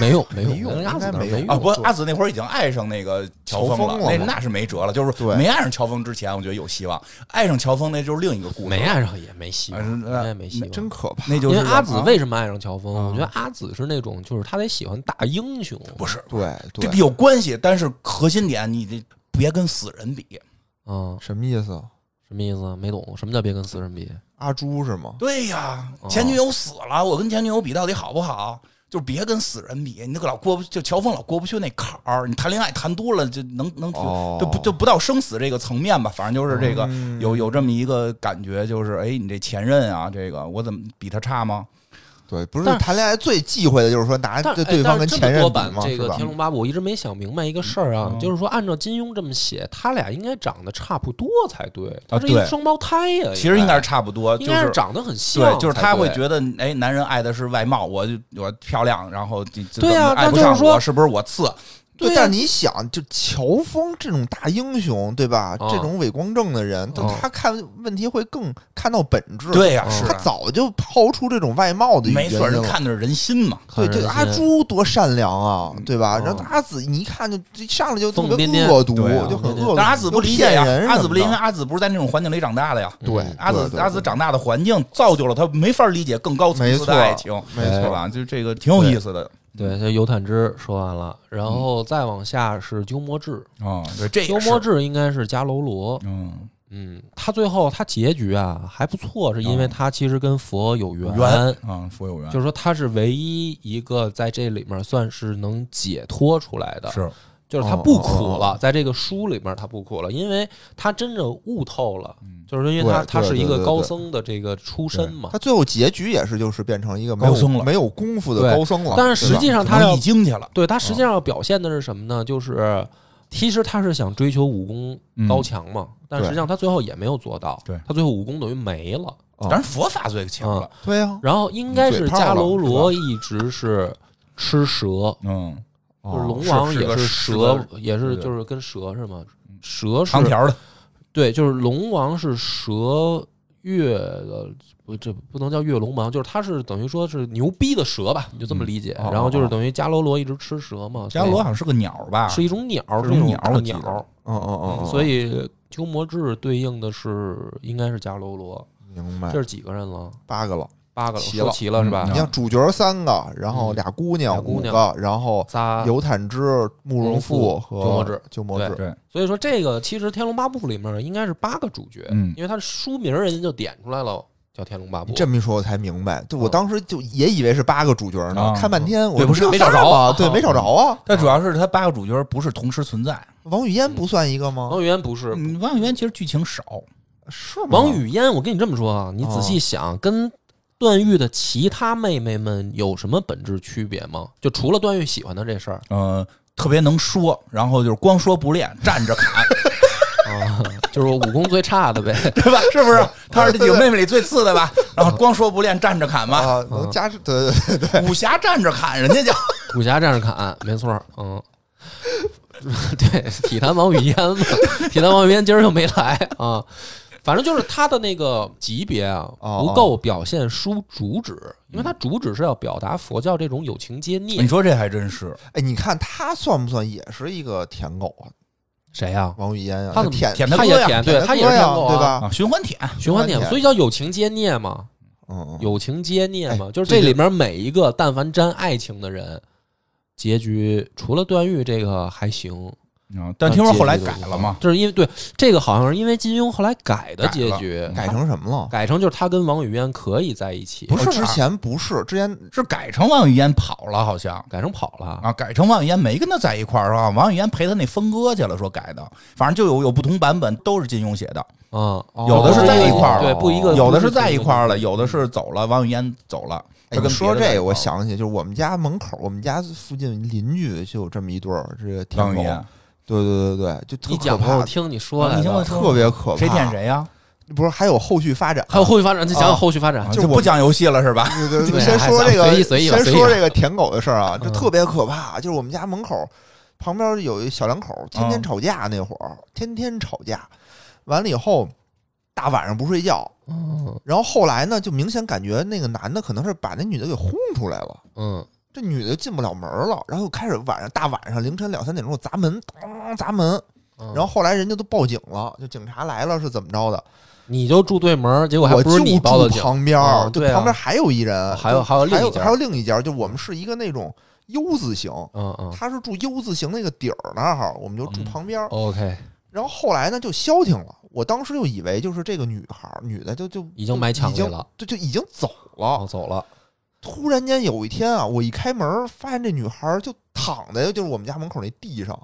没用没没用人家应该怎么没没用啊！用不，阿紫那会儿已经爱上那个乔峰乔峰了那嘛那是没辙了，就是对没爱上乔峰之前，我觉得有希望；爱上乔峰那就是另一个故事，没爱上也没希望，嗯应那该没希望。真可怕。那就因是为阿紫啊为什么爱上乔峰？啊我觉得阿紫是那种，就是他得喜欢大英雄，不是对这对个，有关系，但是核心点你得别跟死人比。嗯，什么意思？什么意思？啊没懂什么叫别跟死人比？哎阿朱是吗？对呀哦，前女友死了，我跟前女友比到底好不好？就别跟死人比，你那个老过不就乔峰老过不去那坎儿，你谈恋爱谈多了就能能就哦就不就不到生死这个层面吧，反正就是这个嗯有有这么一个感觉，就是哎，你这前任啊，这个我怎么比他差吗？对，不是但是谈恋爱最忌讳的就是说拿但对是对方跟前任多比版嘛，这是个《吧天？龙八部》，我一直没想明白一个事儿啊，嗯就是说按照金庸这么写，他俩应该长得差不多才对，啊他是一对双胞胎呀、其实应该是差不多，哎应呃就该是是。长得很像才对，对，就是他会觉得，哎，男人爱的是外貌，我我漂亮，然后这这对啊怎么爱那不就是上说我，是不是我次？对呀但是你想，就乔峰这种大英雄，对吧？啊这种伪光正的人，就啊他看问题会更看到本质。对呀、嗯是他啊早就抛出这种外貌的原没因错，人了。看的是人心嘛。看对，着这人啊阿家朱多善良啊，对吧？嗯然后阿紫，你一看就就上来就特疯癫别癫恶毒，对啊就很疯癫癫恶毒。但阿紫不理解呀又骗人，阿紫不理解，因为什阿紫不是在那种环境里长大的呀。么的嗯对，阿紫对阿紫，长大的环境造就了她没法理解更高层没次错的爱情，没错对吧？就这个挺有意思的对，这尤坦之说完了，然后再往下是鸠摩智，啊、对，嗯这鸠也摩是，智应该是迦楼罗，嗯，嗯，他最后他结局啊还不错，是因为他其实跟佛有缘，嗯缘啊，佛有缘就是说他是唯一一个在这里面算是能解脱出来的，是哦就是他不苦了，在这个书里面他不苦了，因为他真正悟透了，就是因为他对对他是一对个对高对僧的这个出身嘛他，最后结局也是就是变成一个没有高僧了没有功夫的对高僧了。但是实际上他能要易经去了，对他实际上要表现的是什么呢？就是其实他是想追求武嗯功高强嘛，但实际上他最后也没有做到，对他最后武功等于没了。当然佛法最强了，对啊呀，然后应该是嘴炮了迦楼罗一直是吃蛇，嗯，就是龙是王是也个是蛇个，也对是对就是跟蛇是吗？蛇是长条的，对，就是龙王是蛇月的，不，这不能叫月龙王，就是他是等于说是牛逼的蛇吧，你就这么理解。嗯哦然后就是等于迦楼罗一直吃蛇嘛，伽罗好像是个鸟吧？是一种鸟，是一种种鸟大我记得鸟，嗯嗯嗯嗯，所以鸠摩智对应的是应该是迦楼罗，明白这是啊几个人了？八个了。八个了，哎齐说了齐了是吧嗯你？像主角三个，然后嗯俩姑娘俩姑五娘个，然后仨。尤坦之、慕容复慕容复鸠摩和智鸠摩智，对，所以说这个其实《天龙八部》里面应该是八个主角，嗯因为他的书名人家就点出来了，叫《天龙八部你》。这么一说，我才明白，就我嗯当时就也以为是八个主角呢啊，看半天我对不是这没找着仨吧啊对，没找着啊。但主要是他八个主角不是同时存在，嗯王语嫣不算一个吗？王语嫣不是，嗯，王语嫣其实剧情少，是吗？王语嫣，我跟你这么说啊，你仔细想，跟段誉的其他妹妹们有什么本质区别吗？就除了段誉喜欢她这事儿呃，特别能说，然后就是光说不练，站着砍，啊，就是我武功最差的呗。 [LAUGHS] 对吧？是不 [LAUGHS] 是？她是这几个妹妹里最次的 [LAUGHS] 吧？然后光说不练，站着砍 [LAUGHS] 嘛，啊，嗯能加对对对对，武侠站着砍，人家叫武侠战士砍，没错儿，嗯， [LAUGHS] 对，体坛王语嫣嘛，体坛王语嫣今儿又没来啊。反正就是他的那个级别啊，哦不够表现书主旨，因为他主旨是要表达佛教这种有情皆 [LAUGHS] 你孽。说这还真是，哎，你看他算不算也是一个舔狗啊？谁呀、王语嫣啊，他怎么舔舔他他哥也呀舔，舔对他他也哥是呀舔狗对啊，吧？啊，循环舔，循环舔循环，舔所以叫有情皆孽嘛。嗯，嗯友情皆孽嘛，就是这这就里面每一个但凡沾爱情的人，结局除了段誉这个还行，嗯但听说后来改了嘛？啊这是因为对这个好像是因为金庸后来改的结局，改嗯改成什么了？改成就是他跟王语嫣可以在一起，不是哦之前不是，之前是改成王语嫣跑了，好像改成跑了。啊，改成王语嫣没跟他在一块儿啊，王语嫣陪他那峰哥去了，说改的，反正就有有不同版本，都是金庸写的，嗯，哦有的是在一块儿哦对，不一个，有的不是在一块儿了，同有的是走了，王语嫣走了。哎他你跟说别的这个，人啊我跑了想起就是我们家门口，我们家附近邻居就有这么一对儿，这个舔王语狗，嫣，对对对对，就特你可讲吧，怕我，听你说啊来你听我的，说特别可怕。谁舔？谁呀？不是还有后续发展？还有后续发展，再讲啊讲后续发展。啊就就不我讲游戏了是吧？对对对对，先说这还个，是随意随意吧先随意说吧这个舔狗的事儿啊，就嗯特别可怕。就是我们家门口旁边有一小两口，天天嗯吵架那会儿，天天吵架，完了以后大晚上不睡觉，嗯然后后来呢，就明显感觉那个男的可能是把那女的给轰出来了。嗯，这女的进不了门了，然后开始晚上大晚上凌晨两三点钟砸门，当砸门，然然后后来人家都报警了，就警察来了是怎么着的？你就住对门儿，结果还我不是你就报的住警，旁边儿，哦就对啊旁边还有一人，还有就还有另还一有家还有另一家，就我们是一个那种 U 字形，嗯嗯他是住 U 字形那个底儿那儿，我们就住嗯旁边儿。 ，OK，然后后来呢就消停了，我当时就以为就是这个女孩儿女的就就已经埋墙已里经了，就就已经走哦，了。走了。突然间有一天啊，我一开门儿发现这女孩儿就躺在就是我们家门口那地上，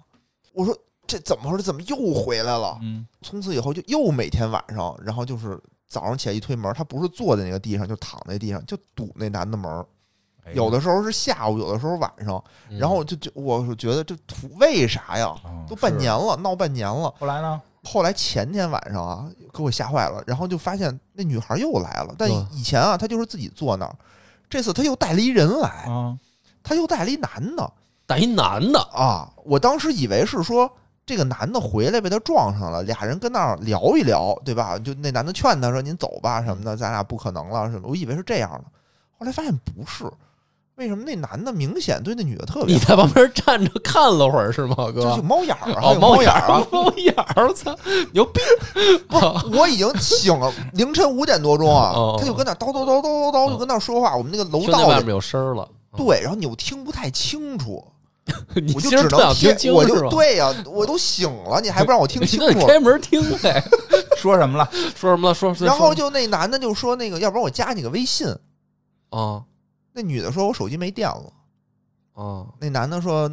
我说这怎么回事？怎么又回来了？嗯，从此以后就又每天晚上，然后就是早上起来一推门，他不是坐在那个地上，就躺在地上，就堵那男的门儿。哎有的时候是下午，有的时候晚上，哎嗯哦然后就就我是觉得这图为啥呀？都半年了，闹半年了。哦后来呢？后来前天晚上啊，给我吓坏了，然后就发现那女孩又来了。但嗯以前嗯啊，她就是自己坐那儿，这次她又带了一人来，啊，她又带了一男的。带一男的，啊，我当时以为是说这个男的回来被他撞上了，俩人跟那儿聊一聊，对吧？就那男的劝他说：“您走吧，什么的，咱俩不可能了，什么。”我以为是这样的，后来发现不是。为什么那男的明显对那女的特别你，在旁边站着看了会儿是吗，就是哥有？猫眼儿啊，还哦，有猫眼儿儿啊！，猫眼 [LAUGHS] 儿，我操，牛逼！哦我已经醒了，凌晨五点多钟哦啊哦，他就跟那儿叨叨叨叨叨叨，就跟那儿说话。我们那个楼听见道外里面有声儿 [LAUGHS] 了，对，然后你又听不太清楚，你我今就只儿特能想贴听，清我是就吧？对呀，我都醒了，你还不让我听 [LAUGHS] 清那你楚？开门听呗。说什么了？说什么了？说说然后说就那男的就说那个，要不然我加你个微信。啊那女的说我手机没电了。啊，那男的说，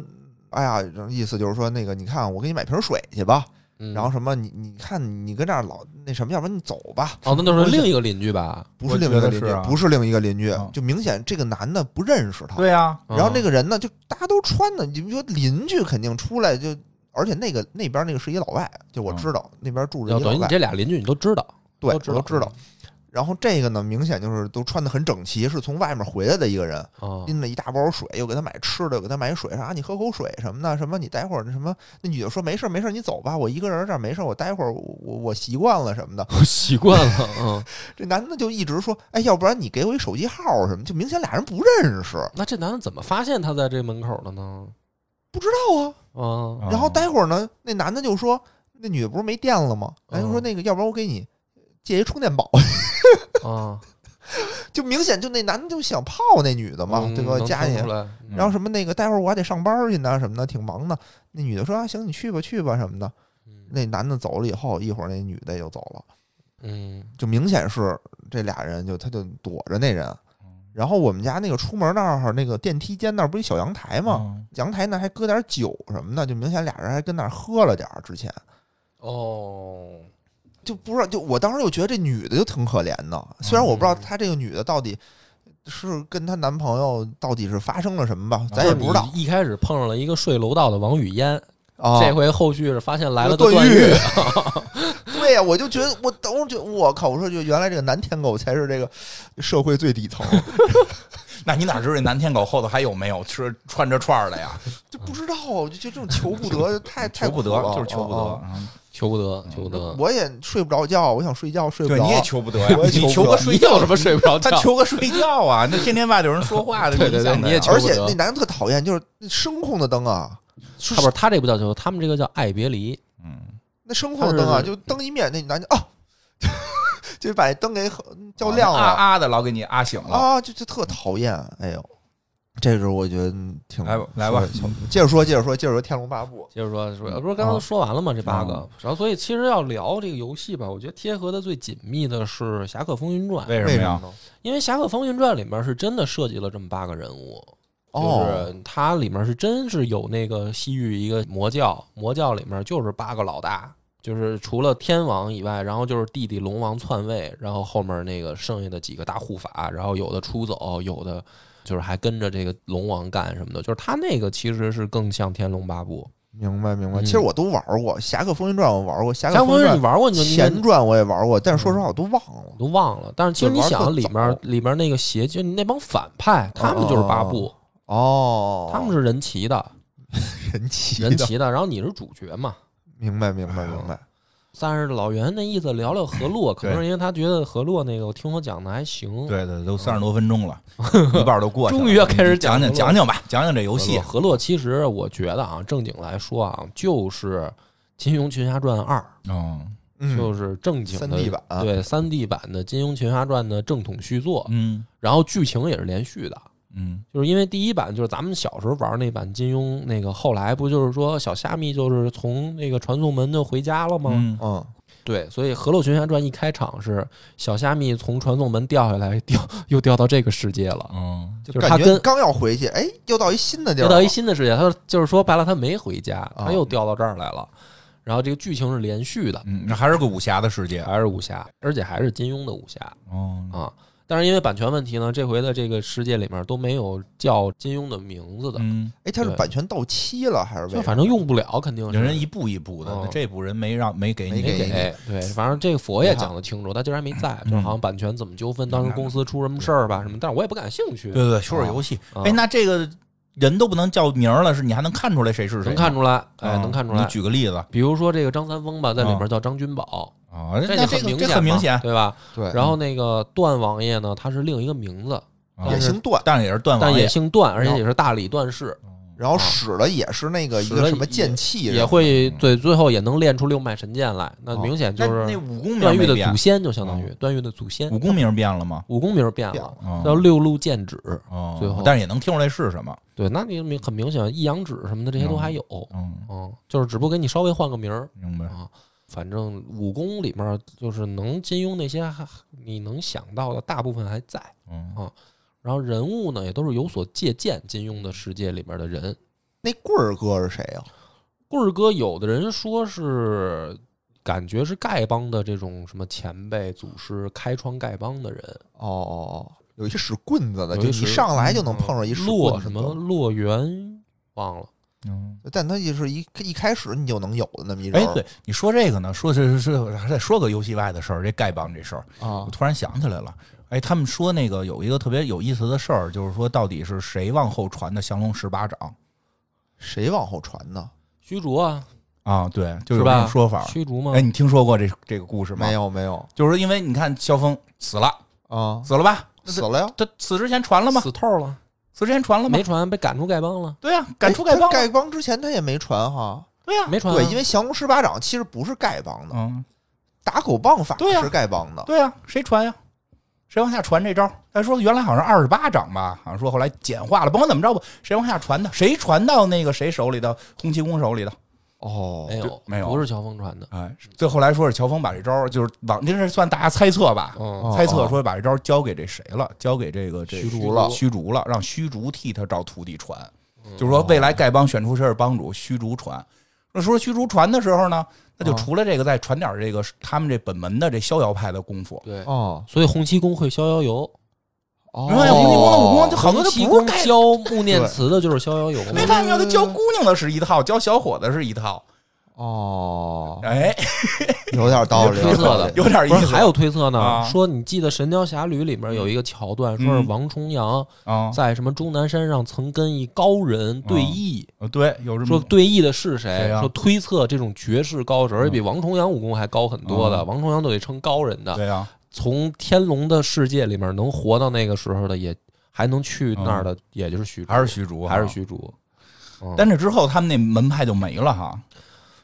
哎呀，意思就是说那个，你看我给你买瓶水去吧。嗯然后什么，你你看你跟这儿老那什么，要不然你走吧。哦，那就是另一个邻居吧？不是另一个我觉邻居，得是啊不是另一个邻居，啊就明显这个男的不认识他。对呀、嗯然后那个人呢，就大家都穿的，你就说邻居肯定出来就，而且那个那边那个是一老外，就我知道、那边住着要一老哦等于你外，这俩邻居你都知道，对，都我知道都知道。然后这个呢，明显就是都穿的很整齐，是从外面回来的一个人，啊拎了一大包水，又给他买吃的，又给他买水，说啊你喝口水什么的，什么你待会儿那什么，那女的说没事儿没事儿，你走吧，我一个人儿这儿没事儿，我待会儿我我我习惯了什么的。我习惯了，嗯，这男的就一直说，哎，要不然你给我一手机号儿什么，就明显俩人不认识，那这男的怎么发现他在这门口的呢？不知道啊。啊，啊然后待会儿呢，那男的就说，那女的不是没电了吗？男的说嗯那个，要不然我给你借一充电宝， [LAUGHS] 啊，就明显就那男的就想泡那女的嘛，嗯对吧？能家听里出。来，嗯然后什么那个，待会儿我还得上班儿去呢，什么的，挺忙的。那女的说啊，行，你去吧，去吧，什么的。嗯那男的走了以后，一会儿那女的又走了，嗯就明显是这俩人就他就躲着那人。嗯然后我们家那个出门那儿那个电梯间那儿不是一小阳台吗？嗯阳台那还搁点酒什么的，就明显俩人还跟那儿喝了点儿。之前哦，就不知道，就我当时就觉得这女的就挺可怜的。虽然我嗯不知道她这个女的到底是跟她男朋友到底是发生了什么吧，咱也不知道啊就是。你一开始碰上了一个睡楼道的王语嫣，啊这回后续是发现来了个段段誉，对呀、我就觉得我等会儿就我靠，我说就原来这个南天狗才是这个社会最底层。那你哪知道这南天狗后头还有没有吃穿着串儿的呀？就不知道，我就觉得这种求不得，太太求不得苦了，就是求不得。啊嗯求不得，求不啊得。我也睡不着觉，我想睡觉睡不对，着。你也求不得呀我也，求你不得求个睡觉你有什么睡不着觉他求个睡觉 [LAUGHS] 啊！那天天外头有人说话的，对对影对响的呀你也求而且不得那男的特讨厌，就是那声控的灯啊，他不是他这不叫求，他们这个叫爱别离。嗯，那声控的灯啊，他是就灯一灭，那男的啊， [LAUGHS] 就把灯给叫亮了啊啊的，老给你啊醒了。啊，就就特讨厌。哎呦，这是我觉得挺来吧来吧挺接着说，接着说，接着说《天龙八部接着说，说不是刚刚说完了吗？这八个，然后所以其实要聊这个游戏吧，我觉得贴合的最紧密的是《侠客风云传》，为什为么什呀？因为《侠客风云传》里面是真的设计了这么八个人物，》就哦，是它里面是真是有那个西域一个魔教，魔教里面就是八个老大，就是除了天王以外，然后就是弟弟龙王篡位，然后后面那个剩下的几个大护法，然后有的出走，有的就是还跟着这个龙王干什么的，就是他那个其实是更像《天龙八部明白明白。嗯其实我都玩过《侠客风云传》，我玩过《侠》。侠客客风风云云传你》玩过你就应该前传我也玩过，但是说实话我都忘了。我都忘了，但是其实你想对里玩得面早里面那个邪就那帮反派，他们就是八部，哦，他们是人骑 [LAUGHS] 的，人骑人哎的，骑的，然后你是主角嘛。明白明白明白。但是老袁那意思聊聊河洛，可能是因为他觉得河洛那个，我听我讲的还行。，对对，嗯都三十多分钟 [LAUGHS] 了，一半儿都过去了。终于要开始讲讲讲讲了讲吧，讲讲这游戏。河洛其实我觉得啊，正经来说啊，就是《金庸群侠传二》，嗯嗯，就是正经的 3D 版啊对三 D 版的《金庸群侠传》的正统续作，嗯然后剧情也是连续的。嗯就是因为第一版就是咱们小时候玩那版金庸，那个后来不就是说小虾米就是从那个传送门就回家了吗？啊嗯，嗯，对，所以《河洛群侠传》一开场是小虾米从传送门掉下来，掉又掉到这个世界了，嗯就就是他感觉跟刚要回去，哎，又到一新的地儿又了，到一新的世界。他就是说白了，他没回家，哦他又掉到这儿来了。然后这个剧情是连续的，嗯，那还是个武侠的世界。还是武侠，而且还是金庸的武侠哦啊。但是因为版权问题呢，这回的这个世界里面都没有叫金庸的名字的，嗯，哎，它是对版权到期了还是为什就么？反正用不了，肯定是有人一步一步的，哦那这步人没让没给你没没给给哎对，反正这个佛爷讲的清楚，他今儿还没在，就是嗯好像版权怎么纠纷，当时公司出什么事儿吧什么，但是我也不感兴趣。对对，对说说游戏。啊哎哎，那这个人都不能叫名儿了，是你还能看出来谁是谁能吗？看出来，哎，啊能看出你来。举个例子啊，比如说这个张三丰吧，在里面叫张君宝，哎那就这很个明这显，很明显，对吧？对，然后那个段王爷呢，他是另一个名字，啊也姓段，但是也是段王但爷也姓段，而然且后也是大理段氏，然后使了也是那个一啊使了个什么剑气，也会最最后也能练出六脉神剑来。那明显就哦那那是武功段名誉没的变哦祖，先，就相当于段誉的祖先武，功名变了吗？武功名变变了了，啊叫六路剑指。哦最后但是也能听出来是什么。对，那你明很明显，一阳指什么的这些都还有，嗯，嗯，就是只不过给你稍微换个名儿，啊明白。反正武功里面就是能金庸那些还你能想到的大部分还在，嗯哦然后人物呢也都是有所借鉴金庸的世界里面的人。那棍儿哥是谁啊呀？棍儿哥有的人说是感觉是丐帮的这种什么前辈祖师开创丐帮的人，哦哦哦，有一使棍子的，有就一你使上来就能碰上一使棍洛子什的么洛元忘了，嗯。但他就是一一开始你就能有的那么一人哎哦儿，对，你说这个呢？说这是是还得说个游戏外的事儿，这丐帮这事儿，啊我，突然想起来了。哎，他们说那个有一个特别有意思的事儿，就是说到底是谁往后传的降龙十八掌谁往后传呢？虚竹啊，啊？对，就是有这吧种说法。虚竹吗哎，？你听说过这这个故事吗？没，有没有就是因为你看萧峰死了，啊，死了吧？死了呀，他死之前传了吗？死透了，死之前传了吗没？传被赶出丐帮了，对呀、赶出哎丐帮他了。丐帮之前他也没传哈，对呀、没传啊、对，因为降龙十八掌其实不是丐帮的，嗯，打狗棒法对呀啊是丐帮的，对呀、谁传呀？谁往下传这招？他说原来好像二十八掌吧，好像说后来简化了，甭管怎么着吧，谁往下传的？谁传到那个谁手里的？洪七公手里的？哦没有没有不是乔峰传的，哎，最后来说是乔峰把这招就是往，这是算大家猜测吧？嗯，猜测说把这招交给这谁了？交给这个这虚竹了虚竹了，让虚竹替他找徒弟传。嗯就是说，未来丐帮选出谁是帮主，虚竹传。那说虚竹传的时候呢，那就哦除了这个，再传点这个他们这本门的这逍遥派的功夫。对，哦所以洪七公会逍遥游，哦哎呀洪七公的武功就好多洪都七不是公丐教穆念慈的就是逍遥游嘛没，办法，他教姑娘的是一套，教小伙子是一套。哦，哎，有点道理，有特色的有点意哦不是思。还有推测呢，啊嗯说你记得《神雕侠侣》里面有一个桥段，说是王重阳啊，在什么终南山上曾跟一高人对弈，呃对，有这说么对弈的是谁？谁啊呀说推测这种绝世高手，而且比王重阳武功还高很多的，嗯王重阳都得称高人的。对啊，从天龙的世界里面能活到那个时候的，也还能去那儿的，也就是虚竹，啊还是啊虚竹，还是。虚竹。嗯但这之后，他们那门派就没了哈。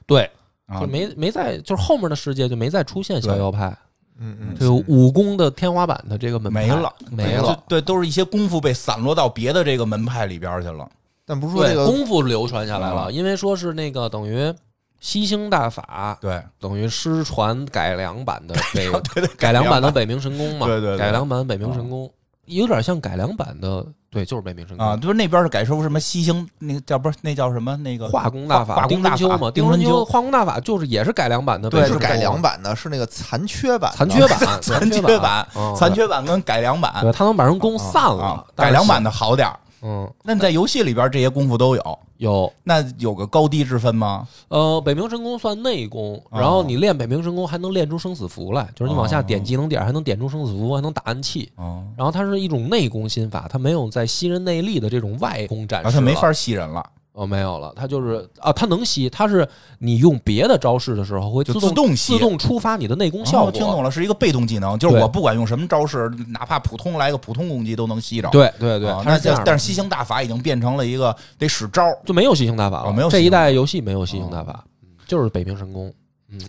对，啊就，没没在，就是后面的世界就没再出现逍遥派，嗯嗯，就武功的天花板的这个门派没了，没就了。对，都是一些功夫被散落到别的这个门派里边去了。但不是说这对，个功夫流传下来嗯了，因为说是那个等于吸星大法，对，等于失传改良 [LAUGHS] 版的北对对，改良版的北冥神功嘛，对对对改良版北冥神功有点像改良版的，对，就是北冥神啊，功。就是那边是改成什么西星，那个叫不是那叫什么那个化功大法，化丁功春大秋法嘛，丁丁春春秋秋化功大法就是也是改良版的北对对冥神是功，改良版的，是那个残缺版的，残缺 [LAUGHS] 版，残缺版版，嗯残缺版跟改良版对，它能把人功散啊了，，但改是良版的好点儿。嗯那你在游戏里边这些功夫都有，有那有个高低之分吗？呃，北冥神功算内功，哦然后你练北冥神功还能练出生死符来，就是你往下点技能点，还能点出生死符，还能打暗器。哦，然后它是一种内功心法，它没有在吸人内力的这种外功展示、啊，他没，法吸人了，哦，没有了，它就是啊，它能吸，它是你用别的招式的时候会就自动自动吸自动触发你的内功效哦果。听懂了，是一个被动技能，就是对我不管用什么招式，哪怕普通来个普通攻击都能吸着。对对对，啊它那是这样叫的但是吸星大法已经变成了一个得使招儿，就没有吸星大法了，哦没有这吸一星大哦代游戏没有吸星大法，嗯就是北冥神功。嗯，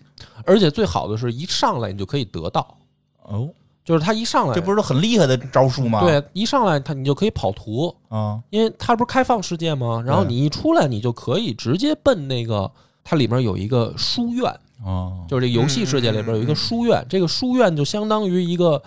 而且最好的是一上来你就可以得到，哦，就是它一上来这不是都很厉害的招数吗？对，一上来它你就可以跑图，啊，因为它不是开放世界吗？然后对你一出来，你就可以直接奔那个它里面有一个书院，哦，就是这个游戏世界里边有一嗯个书院，这个书院就相当于一个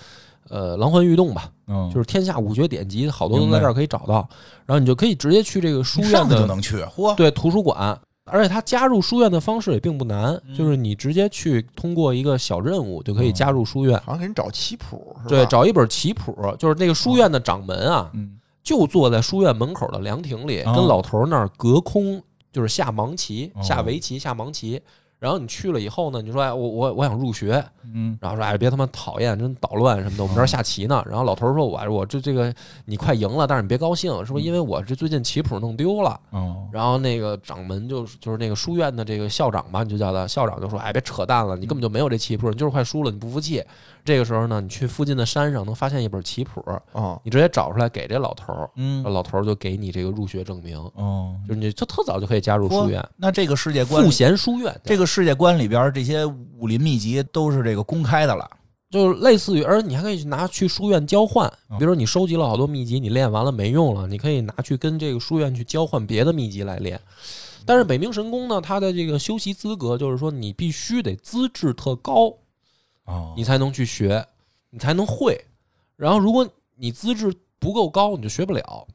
呃狼魂玉洞吧，嗯就是天下五绝典籍，好多都明在白这儿可以找到。然后你就可以直接去这个书你院上去就的能去，嚯，对图书馆。而且它加入书院的方式也并不难，嗯就是你直接去通过一个小任务就可以加入书院，好像给人找棋谱是吧？对，找一本棋谱，就是那个书院的掌门啊，嗯，就坐在书院门口的凉亭里，啊跟老头儿那儿隔空就是下盲棋、哦下围棋、下盲棋。然后你去了以后呢，你说哎，我我我想入学，嗯然后说哎，别他妈讨厌，真捣乱什么啊的，我们这儿下棋呢。然后老头儿说我我这这个你快赢了，但是你别高兴，嗯说因为我这最近棋谱弄丢了。哦然后那个掌门就就是那个书院的这个校长吧，你就叫他校长，就说：“哎，别扯淡了，你根本就没有这棋谱，你就是快输了，你不服气。”这个时候呢，你去附近的山上能发现一本棋谱，哦，你直接找出来给这老头儿，嗯老头儿就给你这个入学证明，哦，就是你就特早就可以加入书院，那这个世界观赋，闲书院，这个世界观里边这些武林秘籍都是这个公开的了。就是类似于，而你还可以去拿去书院交换，嗯比如说你收集了好多秘籍，你练完了没用了，你可以拿去跟这个书院去交换别的秘籍来嗯练。但是北冥神功呢，它的这个修习资格就是说，你必须得资质特高，哦你才能去学，你才能会。然后如果你资质不够高，你就学不了。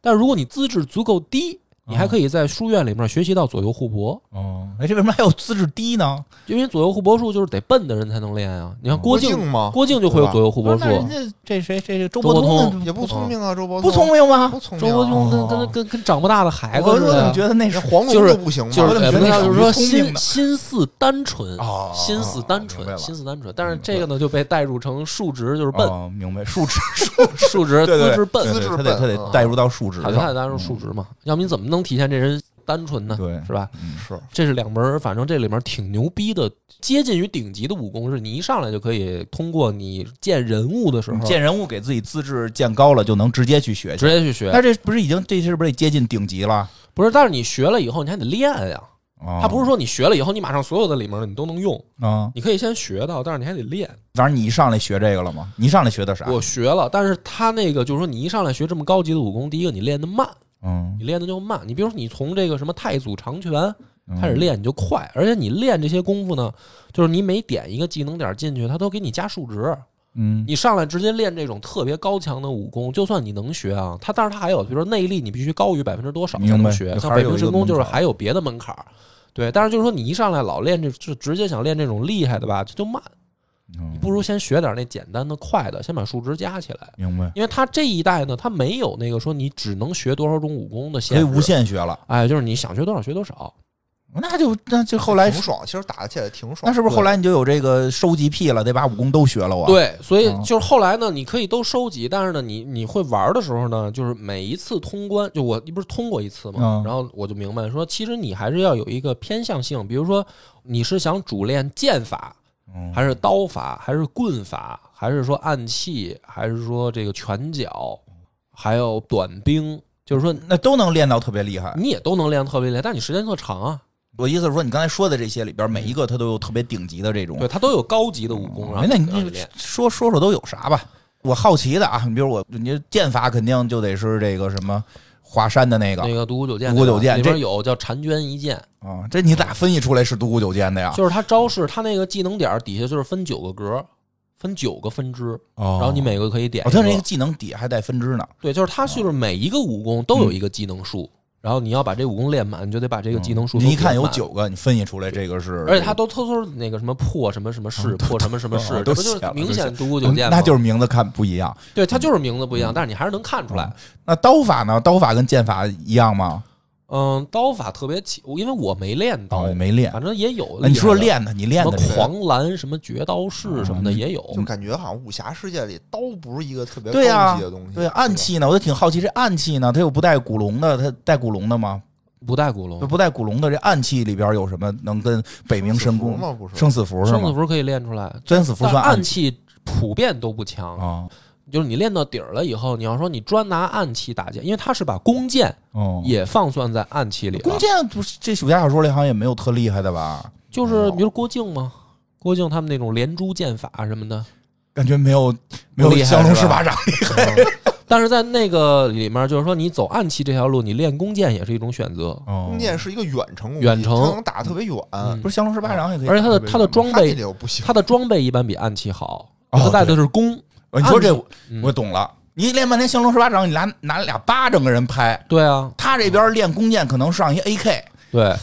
但如果你资质足够低，嗯你还可以在书院里面学习到左右互搏，哦，哎，这为什么还有资质低呢？因为左右互搏术就是得笨的人才能练啊。你看郭靖，吗？郭靖就会有左右互不搏是，术啊那。人家这谁这这周伯伯通通也不聪明啊，周伯不聪明，明吗？不聪明周啊。伯通跟哦跟跟跟长不大的孩子我似我怎么的，觉得那是哎黄龙就是就不行吗？就我是怎么呃觉得不是那就是属于说聪明心的心思单纯哦，心思单哦明白纯，了心思单纯。但是这个呢，就被代入成数值就是嗯笨，哦，明白，数值 [LAUGHS] 数值对对资质笨，对资对质他得笨他得嗯带入到数值好上，像当然是数值嘛，要不你怎么能体现这人单纯呢？对是吧？嗯是这是两门儿，反正这里面挺牛逼的，接近于顶级的武功，是你一上来就可以通过你见人物的时候你见人物给自己资质见高了，就能直接去学去。直接去学。那这不是已经这是不是得接近顶级了？不是，但是你学了以后你还得练呀。哦它不是说你学了以后你马上所有的里面你都能用，啊，你可以先学到，但是你还得练。反正你一上来学这个了吗？你一上来学的啥？我学了，但是他那个就是说，你一上来学这么高级的武功，第一个你练的慢，嗯你练的就慢。你比如说，你从这个什么太祖长拳嗯开始练，你就快，而且你练这些功夫呢，就是你每点一个技能点进去，它都给你加数值。嗯你上来直接练这种特别高强的武功，就算你能学啊，它但是它还有，比如说内力，你必须高于百分之多少才明能白学。就像还北有冥一神个功，就是门槛还有别的门槛儿。对，但是就是说你一上来老练这，就直接想练这种厉害的吧，这就慢。你嗯不如先学点那简单的、快的，先把数值加起来。明白，因为他这一代呢，他没有那个说你只能学多少种武功的限可以制，无。限学了，哎，就是你想学多少学多少。那就那就后来挺爽，其实打起来挺爽那。是不是后来你就有这个收集癖了，得把武功都学了我？，对，所以哦就是后来呢，你可以都收集，但是呢，你你会玩的时候呢，就是每一次通关，就我不是通过一次嘛嗯，然后我就明白说，其实你还是要有一个偏向性，比如说你是想主练剑法，嗯还是刀法，还是棍法，还是说暗器，还是说这个拳脚，还有短兵，就是说那都能练到特别厉害。你也都能练特别厉害，但你时间特长啊。我意思是说，你刚才说的这些里边，每一个它都有特别顶级的这种。对，它都有高级的武功，然后哎，那你你可以让这你练。说说说都有啥吧？我好奇的啊，你比如我，你剑法肯定就得是这个什么华山的那个那个独孤九剑，独孤九剑里边这有叫婵娟一剑，啊，这你咋分析出来是独孤九剑的呀？就是它招式，它那个技能点儿底下就是分九个格，分九个分支，哦然后你每个可以点我一听这个个。技能底下还带分支呢。对，就是它就是每一个武功都有一个技能数，然后你要把这武功练满，你就得把这个技能数。嗯你一看有，九个，你分析出来这个是，而且它都偷偷那个什么破什么什么式，破什么什么式，嗯都这不就写了是明都显独孤九剑嗯吗？那就是嗯名字看不一样。对，它就是名字不一样，但是你还是能看出来。那刀法呢？刀法跟剑法一样吗？嗯，刀法特别奇，因为我没练刀啊哦，，没练。反正也有。那你说练？练的，你练什的嗯么是狂澜、什么绝刀式什么的也有。就感觉好像武侠世界里刀不是一个特别对高呀级的东西，对啊暗吧。器呢？我就挺好奇，这暗器呢，它又不带古龙的，它带古龙的吗？不带古就龙，不带古龙的这暗器里边有什么能跟北冥神功生死符吗生死符不是是生死吗？符可以练出来，生死符但算暗器器普遍都不强。啊？就是你练到底儿了以后，你要说你专拿暗器打剑，因为他是把弓箭哦，也放算在暗器里弓了。箭不是这武侠小说里好像也没有特厉害的吧？就是比如郭靖嘛，郭靖他们那种连珠剑法什么的， [LAUGHS] 感觉没有没有不厉害降龙是十吧八 [LAUGHS] 掌但是在那个里面，就是说你走暗器这条路，你练弓箭也是一种选择。哦弓箭是一个远程攻击，远程它能打得特别远，嗯不是降龙十八掌也可以，而且他的他的装它这备，里又不行。他的装备一般比暗器好，哦他带的是弓。哦你说这暗我嗯我懂了，你练半天降龙十八掌，你拿拿俩巴掌跟人拍，对啊，他这边练弓箭可能上一 AK，对，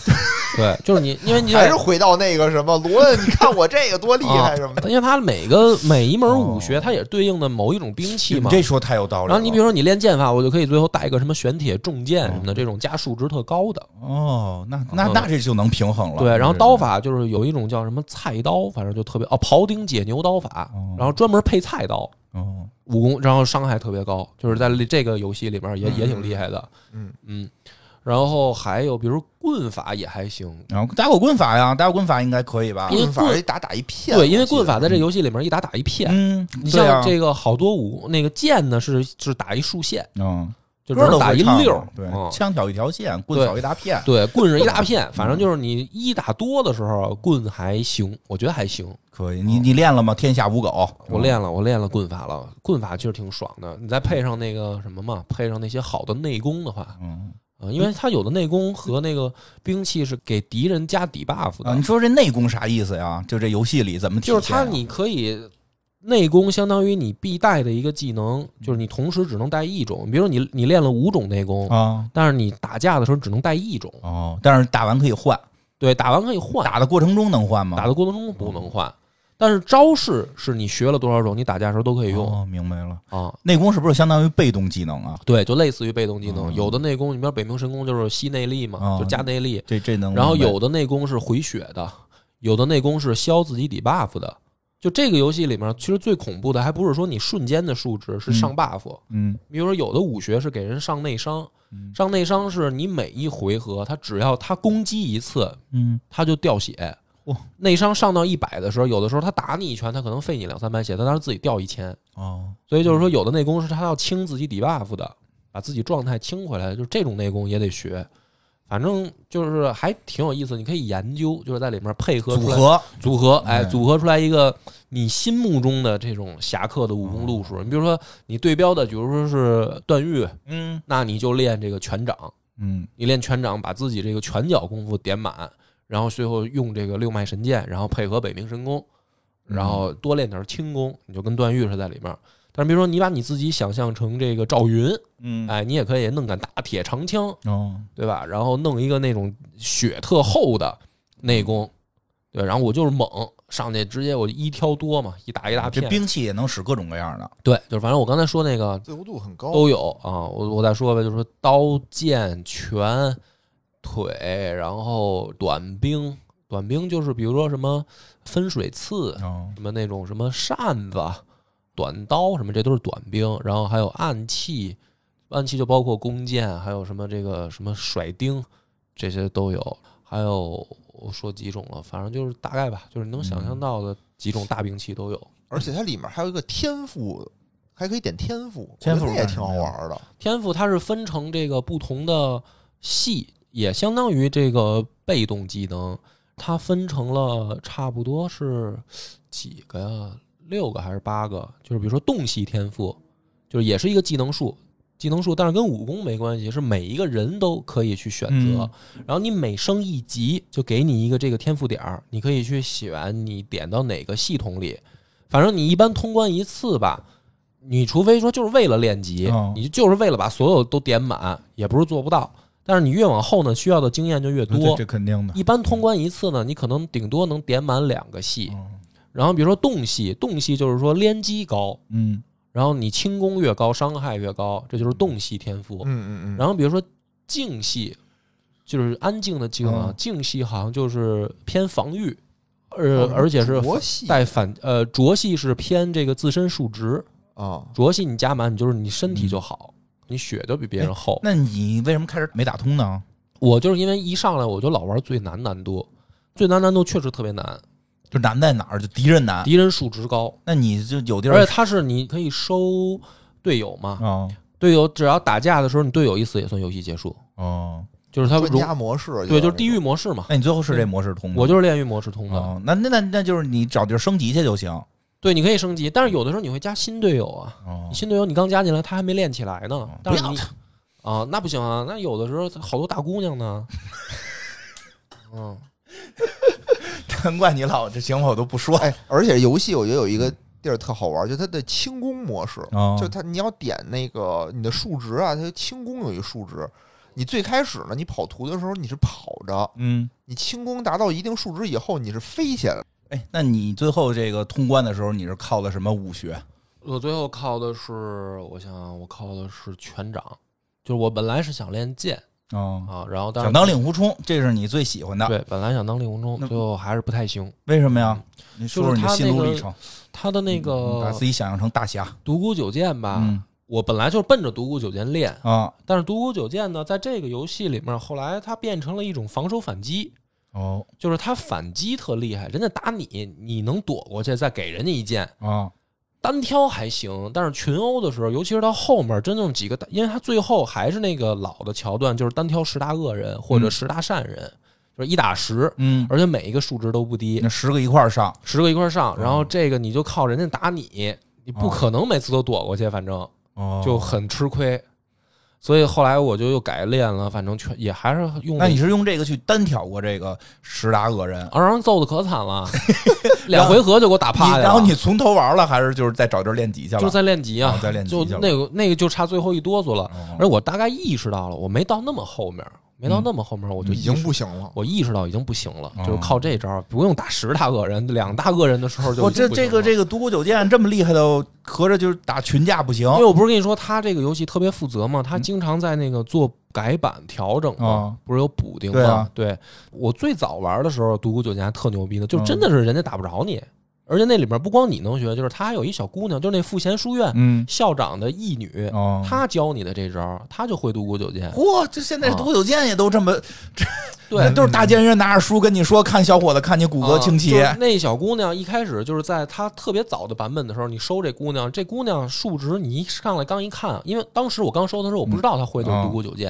对，就是你， [LAUGHS] 因为 [LAUGHS] 你还是回到那个什么罗 [LAUGHS] 恩，你看我这个多厉害什么啊的。因为它每个每一门武哦学，它也是对应的某一种兵器你嘛。这说太有道理了。嗯然后你比如说你练剑法，我就可以最后带一个什么玄铁重剑什么的，这种加数值特高的。哦，那那嗯那这就能平衡了。对，然后这刀法就是有一种叫什么菜刀，反正就特别哦，庖丁解牛刀法哦，然后专门配菜刀，哦，武功，然后伤害特别高，就是在嗯这个游戏里面也也挺厉害的。嗯嗯，然后还有比如棍法也还行，然后打火棍法呀，打火棍法应该可以吧？嗯因为棍法棍一打打一片，对，因为我记得棍法在这游戏里面一打打一片。嗯，你对啊像这个好多武那个剑呢，是是打一竖线，嗯，就只歌能都打会一唱溜了儿，对嗯，枪挑一条线，棍对扫一大片，对，棍是一大片，反正就是你一打多的时候，棍还行，我觉得还行。可以。你你练了吗？天下无狗，我练了，我练了棍法了，棍法其实挺爽的。你再配上那个什么嘛，配上那些好的内功的话，嗯。啊，因为它有的内功和那个兵器是给敌人加底 buff 啊，你的，说这内功啥意思呀？就这游戏里怎么体现就呀？是它你可以内功相当于你必带的一个技能，就是你同时只能带一种。比如说你你练了五种内功，啊但是你打架的时候只能带一种，哦，但是打完可以换，对，打完可以换，打的过程中能换吗？打的过程中不能换。但是招式是你学了多少种，你打架的时候都可以用哦，明白了。啊。内功是不是相当于被动技能啊？对，就类似于被动技能，嗯有的内功，你比如北冥神功就是吸内力嘛，哦就加内力，这这能然后明白有的内功是回血的，有的内功是消自己底 buff 的。就这个游戏里面，其实最恐怖的还不是说你瞬间的数值是上嗯 buff，、嗯比如说有的武学是给人上内伤，嗯上内伤是你每一回合他只要他攻击一次，嗯他就掉血哇。内伤上到一百的时候，有的时候他打你一拳，他可能费你两三百血，他当时自己掉一千。哦所以就是说，有的内功是他要清自己底 buff 的，把自己状态清回来，就是这种内功也得学。反正就是还挺有意思，你可以研究，就是在里面配合组出来合组合，哎，嗯组合出来一个你心目中的这种侠客的武功路数。你比如说，你对标的，比如说是段誉，嗯那你就练这个拳掌，嗯你练拳掌，把自己这个拳脚功夫点满，然后最后用这个六脉神剑，然后配合北冥神功，嗯然后多练点轻功，你就跟段誉是在里面。但是比如说你把你自己想象成这个赵云，嗯哎，你也可以弄杆大铁长枪，哦对吧？然后弄一个那种血特厚的内嗯功，对，然后我就是猛上去，直接我一挑多嘛，一打一大啊这片，兵器也能使各种各样的对，就是反正我刚才说那个自由度很高，都有啊。我我再说呗，就是说刀、剑、拳、腿，然后短兵，短兵就是比如说什么分水刺，哦什么那种什么扇子、短刀什么，这都是短兵。然后还有暗器，暗器就包括弓箭，还有什么这个什么甩钉，这些都有。还有我说几种了，反正就是大概吧，就是能想象到的几种大兵器都有。而且它里面还有一个天赋，还可以点天赋，天赋我觉得那也干什挺么好呀玩的。天赋它是分成这个不同的系，也相当于这个被动技能，它分成了差不多是几个呀？六个还是八个？就是比如说动系天赋，就是也是一个技能树，技能树，但是跟武功没关系，是每一个人都可以去选择。然后你每升一级，就给你一个这个天赋点儿，你可以去选你点到哪个系统里。反正你一般通关一次吧，你除非说就是为了练级，哦你就是为了把所有都点满，也不是做不到。但是你越往后呢，需要的经验就越嗯这多这。肯定的一般通关一次呢，你可能顶多能点满两个系。嗯然后比如说动系，动系就是说连击高，嗯然后你轻功越高，伤害越高，这就是动系天赋。嗯嗯嗯，然后比如说静系，就是安静的静啊嗯，静系好像就是偏防御，呃，而且是国哦系带反呃浊系是偏这个自身数值，啊，浊系你加满你就是你身体就好，你血就比别人厚。那你为什么开始没打通呢？我就是因为一上来我就老玩最难难度，最难难度确实特别难，就难在哪儿？就敌人难。敌人数值高，那你就有地儿而且它是你可以收队友嘛，哦队友只要打架的时候你队友一死也算游戏结束，哦，就是它专容家模式，对就是地狱模式嘛，那你最后是这模式通的？我就是炼狱模式通的。哦，那那那那就是你找地儿升级去就行。对，你可以升级，但是有的时候你会加新队友啊。哦你， [LAUGHS] 新队友你刚加进来，他还没练起来呢。但是不要你啊，那不行啊，那有的时候好多大姑娘呢。 [LAUGHS] 嗯，难怪你老这行，我都不说。哎，而且游戏我觉得有一个地儿特好玩，就它的轻功模式，哦就它你要点那个你的数值啊，它轻功有一数值，你最开始呢，你跑图的时候你是跑着，嗯，你轻功达到一定数值以后，你是飞起来的。哎，那你最后这个通关的时候，你是靠的什么武学？我最后靠的是，我想想我靠的是拳掌，就是我本来是想练剑哦，啊，然后但是想当令狐冲，这是你最喜欢的，对，本来想当令狐冲，那最后还是不太行。为什么呀？嗯你说说你的心路历程，嗯他的那把个啊自己想象成大侠独孤九剑吧，嗯我本来就是奔着独孤九剑练，啊！但是独孤九剑呢，在这个游戏里面，后来它变成了一种防守反击，哦就是他反击特厉害，人家打你，你能躲过去，再给人家一剑。啊，单挑还行，但是群殴的时候，尤其是到后面真正几个大，因为他最后还是那个老的桥段，就是单挑十大恶人或者嗯十大善人，就是一打十，嗯，而且每一个数值都不低，那十个一块儿上，十个一块儿上，然后嗯这个你就靠人家打你，你不可能每次都躲过去，反正哦就很吃亏。所以后来我就又改练了，反正全也还是用那你是用这个去单挑过这个十大恶人？啊让人揍的可 [LAUGHS] 惨了，两回合就给我打你趴下了。然后你从头玩了，还是就是再找地儿练级去了？就在练级啊哦，在练级就去了那个那个就差最后一哆嗦了。哦而我大概意识到了，我没到那么后面，没嗯到那么后面，我就已意识经不行了，我意识到已经不行了，哦就是靠这招，不用打十大恶人，两大恶人的时候就我已经哦这不这行个了这个独孤九剑这么厉害的，合着就是打群架不行因为我不是跟你说他这个游戏特别负责吗？他经常在那个做改版调整嗯哦嘛，不是有补丁对吗啊？对，我最早玩的时候，独孤九剑还特牛逼呢，就嗯真的是人家打不着你，而且那里面不光你能学，就是他还有一小姑娘，就是那赋闲书院嗯校长的义女，哦她教你的这招，她就会独孤九剑。嚯，这现在啊独孤九剑也都这么，对，都是大奸人拿着书跟你说，看小伙子，看你骨骼清奇啊就是那小姑娘一开始就是在她特别早的版本的时候，你收这姑娘，这姑娘数值你一上来刚一看，因为当时我刚收的时候，我不知道她会的嗯是啊独孤九剑，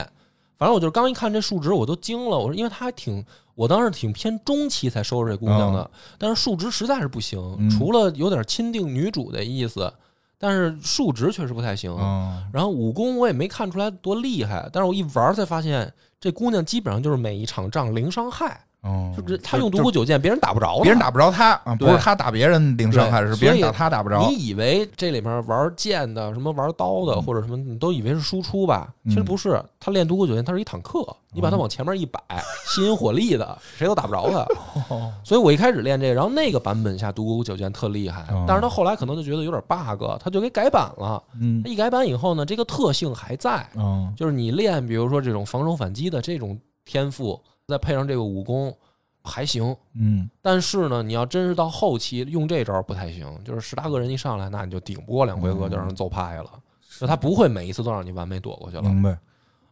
反正我就是刚一看这数值我都惊了，我说因为她还挺，我当时挺偏中期才收拾这姑娘的，但是数值实在是不行，嗯除了有点钦定女主的意思，但是数值确实不太行。哦然后武功我也没看出来多厉害，但是我一玩儿才发现，这姑娘基本上就是每一场仗零伤害，哦就是她用独孤九剑，别人打不着她，别人打不着他啊，不对是他打别人领伤害，对是别人所打以他打不着。你以为这里面玩剑的、什么玩刀的或者什么，你都以为是输出吧？嗯其实不是，他练独孤九剑，他是一坦克，你把他往前面一摆， [LAUGHS] 吸引火力的，谁都打不着他。哦所以我一开始练这个，然后那个版本下独孤九剑特厉害哦，但是他后来可能就觉得有点 bug，他就给改版了。嗯他一改版以后呢，这个特性还在，嗯就是你练，比如说这种防守反击的这种天赋，再配上这个武功，还行。嗯，但是呢，你要真是到后期用这招不太行，就是十大恶人一上来，那你就顶不过两回合就嗯让人揍趴下了，就他不会每一次都让你完美躲过去了、明白。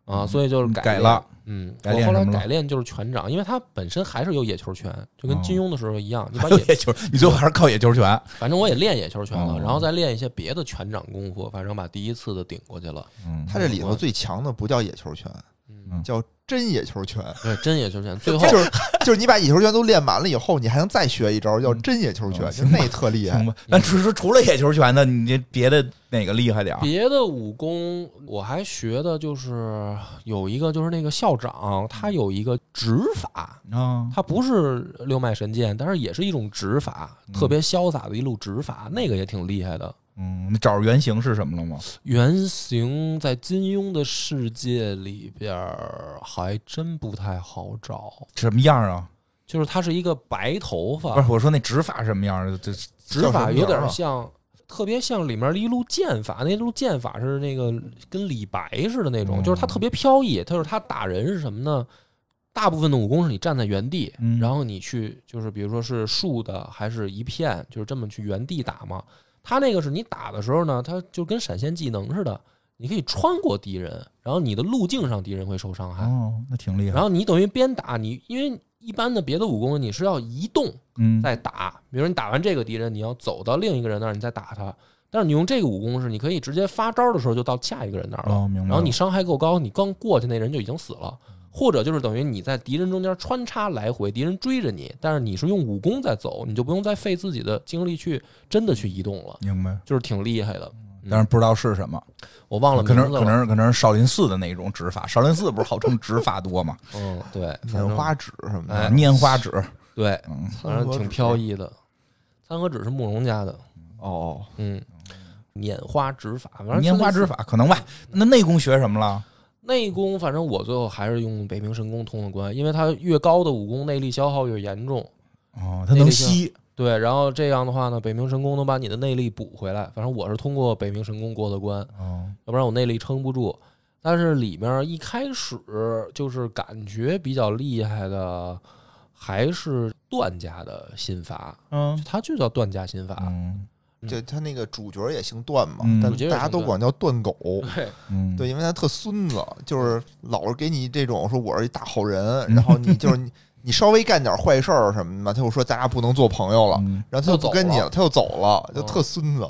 啊，所以就是嗯改改练了，嗯，改练我后什来么了改练就是拳掌，因为他本身还是有野球拳，哦就跟金庸的时候 [LAUGHS] 一样，你把有野，野球，你最后还是靠野球拳。反正我也练野球拳了，哦然后再练一些别的拳掌功夫，反正把第一次的顶过去了， [LAUGHS] 嗯他这里头最强的不叫野球拳，嗯，叫真野球拳。对，真野球 [LAUGHS] 拳，最后就是就是你把野球拳都练满了以后，你还能再学一招叫真野球拳，嗯就那特厉害行。吧，那只是除了野球拳的，你这别的哪个厉害点儿？别的武功我还学的就是有一个就是那个校长，他有一个指法。啊，它不是六脉神剑，但是也是一种指法，特别潇洒的一路指法，那个也挺厉害的。嗯，你找着原型是什么了吗？原型在金庸的世界里边儿还真不太好找，什么样啊？就是他是一个白头不发是，，我说那指法什么样儿？这这指叫什法么有名儿点啊像，特别像里面的一路剑法，那路剑法是那个跟李白似的那种，嗯就是他特别飘逸，他就是他打人是什么呢？大部分的武功是你站在原地，嗯然后你去就是比如说是竖的还是一片，就是这么去原地打嘛。他那个是你打的时候呢，他就跟闪现技能似的，你可以穿过敌人，然后你的路径上敌人会受伤害，哦，那挺厉害然。后你等于边打你，因为一般的别的武功你是要移动嗯，再打，比如你打完这个敌人，你要走到另一个人那儿，你再打他。但是你用这个武功是，你可以直接发招的时候就到下一个人那儿了，哦，明白了。然后你伤害够高，你刚过去那人就已经死了，或者就是等于你在敌人中间穿插来回，敌人追着你，但是你是用武功在走，你就不用再费自己的精力去真的去移动了，明白，就是挺厉害的。嗯但是不知道是什么，我忘了可名能字可了，能是可能是少林寺的那种指法。少林寺不是号称指法多 [LAUGHS] 吗？嗯，对，反棉正花纸什么哎的，拈花指，对，嗯，反正挺飘逸的。三合指是慕容家的，哦。嗯，拈花指法，反正拈花指法可能吧？那内功学什么了？内功反正我最后还是用北冥神功通的关，因为它越高的武功内力消耗越严重。哦，它能吸，对，然后这样的话呢，北冥神功能把你的内力补回来。反正我是通过北冥神功过的关，哦，要不然我内力撑不住。但是里面一开始就是感觉比较厉害的，还是段家的心法，嗯它就叫段家心法。嗯就他那个主角也姓段嘛，嗯但主角也大家姓都段管叫段狗。 [LAUGHS] 对，嗯，对，因为他特孙子，就是老是给你这种说我是一大好人，然后你就是你 [LAUGHS] 你稍微干点坏事儿什么的，他就说咱俩不能做朋友了，嗯然后他就就不走跟你了了，他就走了，哦就嗯特孙子。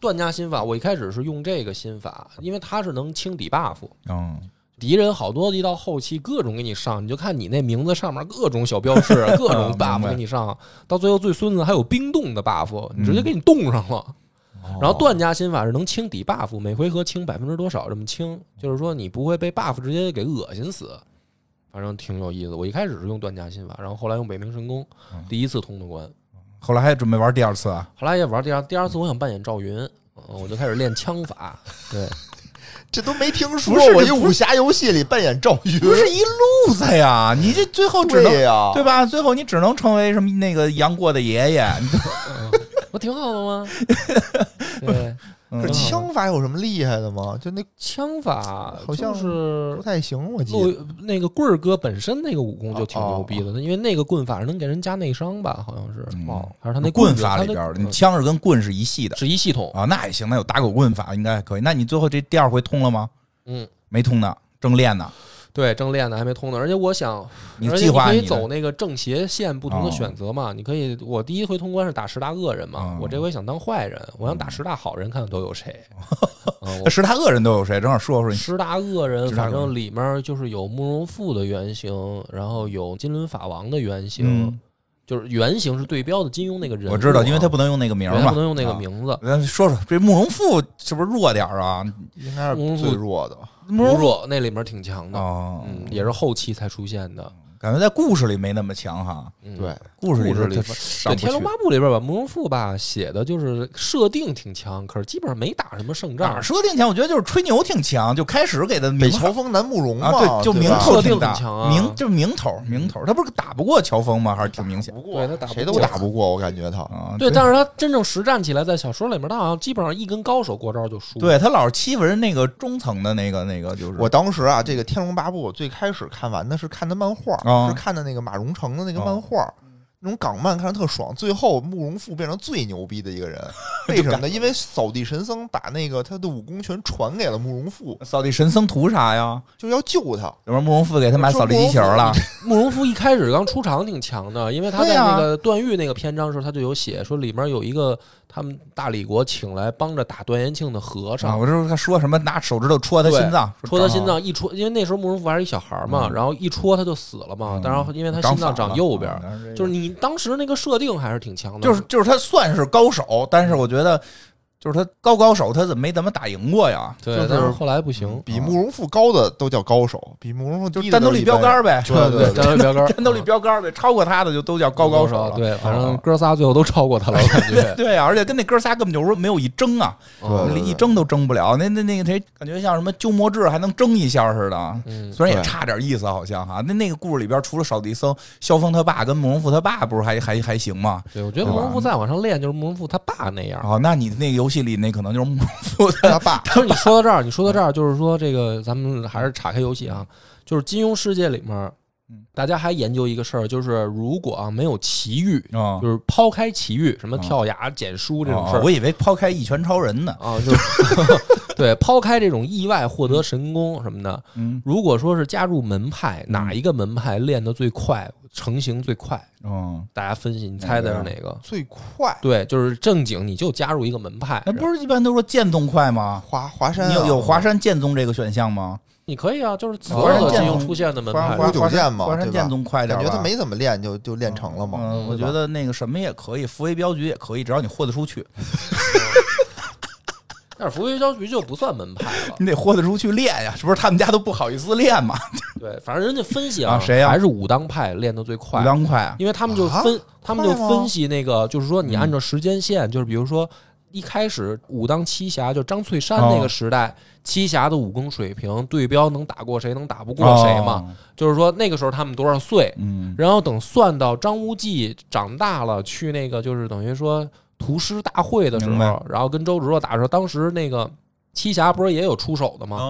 段家心法，我一开始是用这个心法，因为它是能清底 buff。嗯，敌人好多一到后期各种给你上，你就看你那名字上面各种小标志、啊 [LAUGHS] 各种嗯明白 buff 给你上，到最后最孙子还有冰冻的 buff，你直接给你冻上了。哦然哦后段家心法是能清底 buff，每回合清百分之多少这么清，就是说你不会被 buff 直接给恶心死。反正挺有意思。我一开始是用段家心法，然后后来用北冥神功，嗯第一次通的关。后来还准备玩第二次啊，后来也玩第二第二次，我想扮演赵云，嗯我就开始练枪法。对，这都没听说不是过，这一不是武侠游戏里扮演赵云，不是一路子呀，你这最后只能对呀，嗯对吧？最后你只能成为什么那个杨过的爷爷，你都 [LAUGHS] 我嗯挺好的吗？对，嗯可是枪法有什么厉害的吗？就那枪法好像就是不太行，我记陆得。那个棍儿哥本身那个武功就挺哦哦牛逼的，因为那个棍法是能给人加内伤吧？好像是嗯，哦，还是他那棍子法他里那边儿，嗯你枪是跟棍是一系的是一系统。啊，那也行，那有打狗棍法应该还可以。那你最后这第二回通了吗？嗯，没通呢，正练呢。对，正练呢还没通呢，而且我想，你而且计你划可以的走那个正邪线不同哦的选择嘛？你可以，我第一回通关是打十大恶人嘛，嗯我这回想当坏人，我想打十大好人，看看都 [LAUGHS] 有谁。嗯，十大恶人都有谁？正好说说你。十大恶人，十大恶反人正里面就是有慕容复的原型，然后有金轮法王的原型，嗯就是原型是对标的金庸那个人物啊，我知道，因为他不能用那个名对儿他嘛，不能用那个啊。名字。咱说说这慕容复是不是弱点儿啊？应该功是夫最弱的。慕不容复弱那里面挺强的，哦，嗯，也是后期才出现的。感觉在故事里没那么强哈。嗯、对，故事里故事里他是上对，《不天龙去八。部》里边把慕容复吧写的就是设定挺强，可是基本上没打什么胜哪仗儿。设定强？我觉啊得就是吹牛挺强，就开始给他北名乔峰南慕容嘛，啊，对，就对名吧头设定挺大，挺强啊名就是名头，名头。他不是打不过乔峰吗？还是挺明显不过对他打不谁都过打不过，我感觉他。啊。对，真但是他真正实战起来，在小说里面，他好像基本上一跟高手过招就输。，对他老是欺负人那个中层的那个那个，就是我当时啊，这个《天龙八部》我最开始看完的是看的漫画，啊是看的那个马荣成的那个漫画，那种港漫看着特爽。最后慕容复变成最牛逼的一个 [LAUGHS] 人，为什么呢？因为扫地神僧把那个他的武功全传给了慕容复，扫地神僧图啥呀？就要救他。有人慕容复给他买扫地机器人了，慕容复一开始刚出场挺强的，因为他对在啊那个段誉那个篇章的时候，他就有写说里面有一个他们大理国请来帮着打段延庆的和啊！尚，我就是他说什么拿手指头戳他心脏，啊戳他心长脏一戳，因为那时候慕容复还是一小孩嘛，嗯然后一戳他就死了嘛嗯。但然后因为他长心脏反了长右边，啊这个就是你当时那个设定还是挺强的，就是就是他算是高手，但是我觉得就是他高高手，他怎么没怎么打赢过呀？对，就是但是后来不行，比慕容复高的都叫高手，比慕容复啊就低是的战斗都是力一般标杆呗，对对对战斗力标杆， [LAUGHS] 嗯战斗力标杆呗，超过他的就都叫高高手了。。对，反正哥仨最后都超过他了，我感 [LAUGHS] 觉 [LAUGHS] 对啊，而且跟那哥仨根本就是说没有一争啊，对嗯一争都争不了。那那那个谁，感觉像什么鸠摩智还能争一下似的，啊嗯，虽然也对差点意思，好像哈。那那个故事里边，除了扫地僧、萧峰他爸跟慕容复他爸，不是还还还行吗？对，我觉得慕容复再往上练，就是慕容复他爸那 [LAUGHS] 样。哦，那你那个游戏里那可能就是 [LAUGHS] 慕容复的他爸就是你说到这儿，你说到这儿，就是说这个咱们还是岔开游戏啊，就是金庸世界里面嗯，大家还研究一个事儿，就是如果啊没有奇遇，啊就是抛开奇遇，什么跳崖、捡书这种事哦儿我以为抛开一拳超人呢。啊，就是 [LAUGHS] 对抛开这种意外获得神功什么的，嗯，如果说是加入门派，哪一个门派练得最快，成型最快？哦，大家分析，你猜猜是哪嗯个？最快对，就是正经，你就加入一个门派。那不是一般都说剑宗快吗？华华山、啊、你有有华山剑宗这个选项吗？你可以啊，就是华所山有的剑金宗庸出现的门华派华五九剑嘛华山对吧剑宗快点感吧，觉他没怎么练就就练成了嘛。嗯，我对吧觉得那个什么也可以，扶危镖局也可以，只要你豁得出去，但是福威镖局就不算门派了。你得豁得出去练呀，是不是？他们家都不好意思练嘛，对，反正人家分析啊谁啊还是武当派练得最快武。当快啊，因为他们就分，他们就快嗯吗分析那个，就是说你按照时间线，就是比如说一开始武当七侠就张翠山哦那个时代，七侠的武功水平对标能打过谁，能打不过谁嘛？哦？就是说那个时候他们多少岁，嗯，然后等算到张无忌长大了，去那个就是等于说屠师大会的时明白候，然后跟周芷若打的时候，当时那个七侠不是也有出手的吗？啊，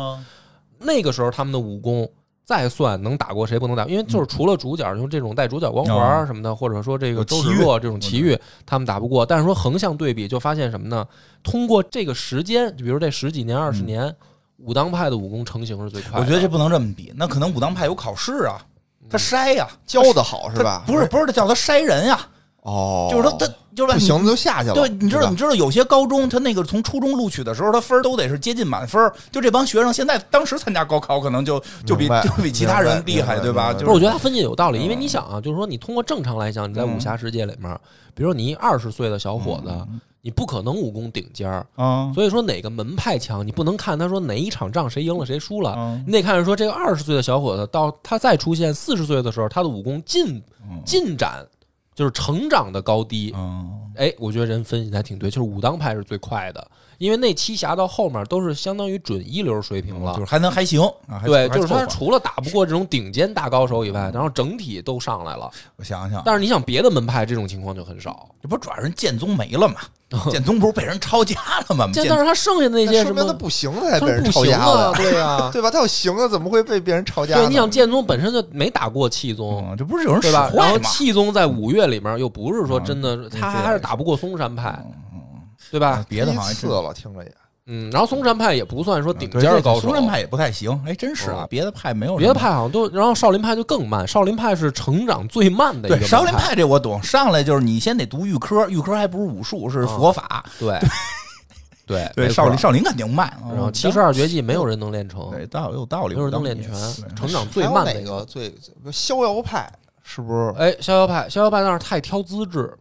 那个时候他们的武功再算能打过谁不能打，因为就是除了主角用这种带主角光环嗯哦儿什么的，或者说这个有周奇芷遇若这种奇嗯遇，他们打不过。但是说横向对比，就发现什么呢？通过这个时间，就比如这十几年、二十嗯年，武当派的武功成型是最快的。我觉得这不能这么比，那可能武当派有考试啊，他筛呀、教的好他是吧？不是不是，他叫他筛人呀、哦，就是说他就是不你行就下去了。对，你知是道，吧你知道有些高中他那个从初中录取的时候，他分儿都得是接近满分儿。就这帮学生现在当时参加高考，可能就就比明白就比其他人厉害，明白对吧？明白就不是，我是觉得他分析嗯有道理，因为你想啊，就是说你通过正常来讲，你在武侠世界里面，比如说你一二十岁的小伙子，嗯你不可能武功顶尖儿，啊所以说哪个门派强，你不能看他说哪一场仗谁赢了谁输了，啊你得看说这个二十岁的小伙子到他再出现四十岁的时候，他的武功嗯进进展就是成长的高低。啊哎，我觉得人分析的还挺对，就是武当派是最快的，因为那七侠到后面都是相当于准一流水平了嗯就，是还能还行啊，还对，还就是凑他合嗯除了打不过这种顶尖大高手以外，然后整体都上来了。我想想，但是你想，别的门派这种情况就很少。这不主要人剑宗没了嘛？剑宗不是被人抄家了吗？但剑但是他剩下那那些说什明他么，不行，他才他被人不抄行家啊，了，对呀， [LAUGHS] 对吧？他要行了，怎么会被别人抄家对，呢？你想剑宗本身就没打过气宗，嗯，这不是有人使对吧？然坏后吗？气宗在五岳里面又不是说啊真的，他这也还是打不过嵩山派，对啊吧？别的第一好像还次真了，听着也嗯，然后嵩山派也不算说顶啊对尖儿这高手苏，联派也不太行，哎，真是啊嗯，别的派没有别什的么派好像都，然后少林派就更慢，少林派是成长最慢的一个对门少林，派这我懂，上来就是你先得读预科，预科还不是武术，是佛法。对对对，哦没少错林少林肯定慢。啊然后七十，二哦绝技没有人能练成，对，道有道理，没有人能练武全当也是，成长最还有慢的哪一个。最逍遥派是不是？哎，逍遥派，逍遥派那是太挑资质，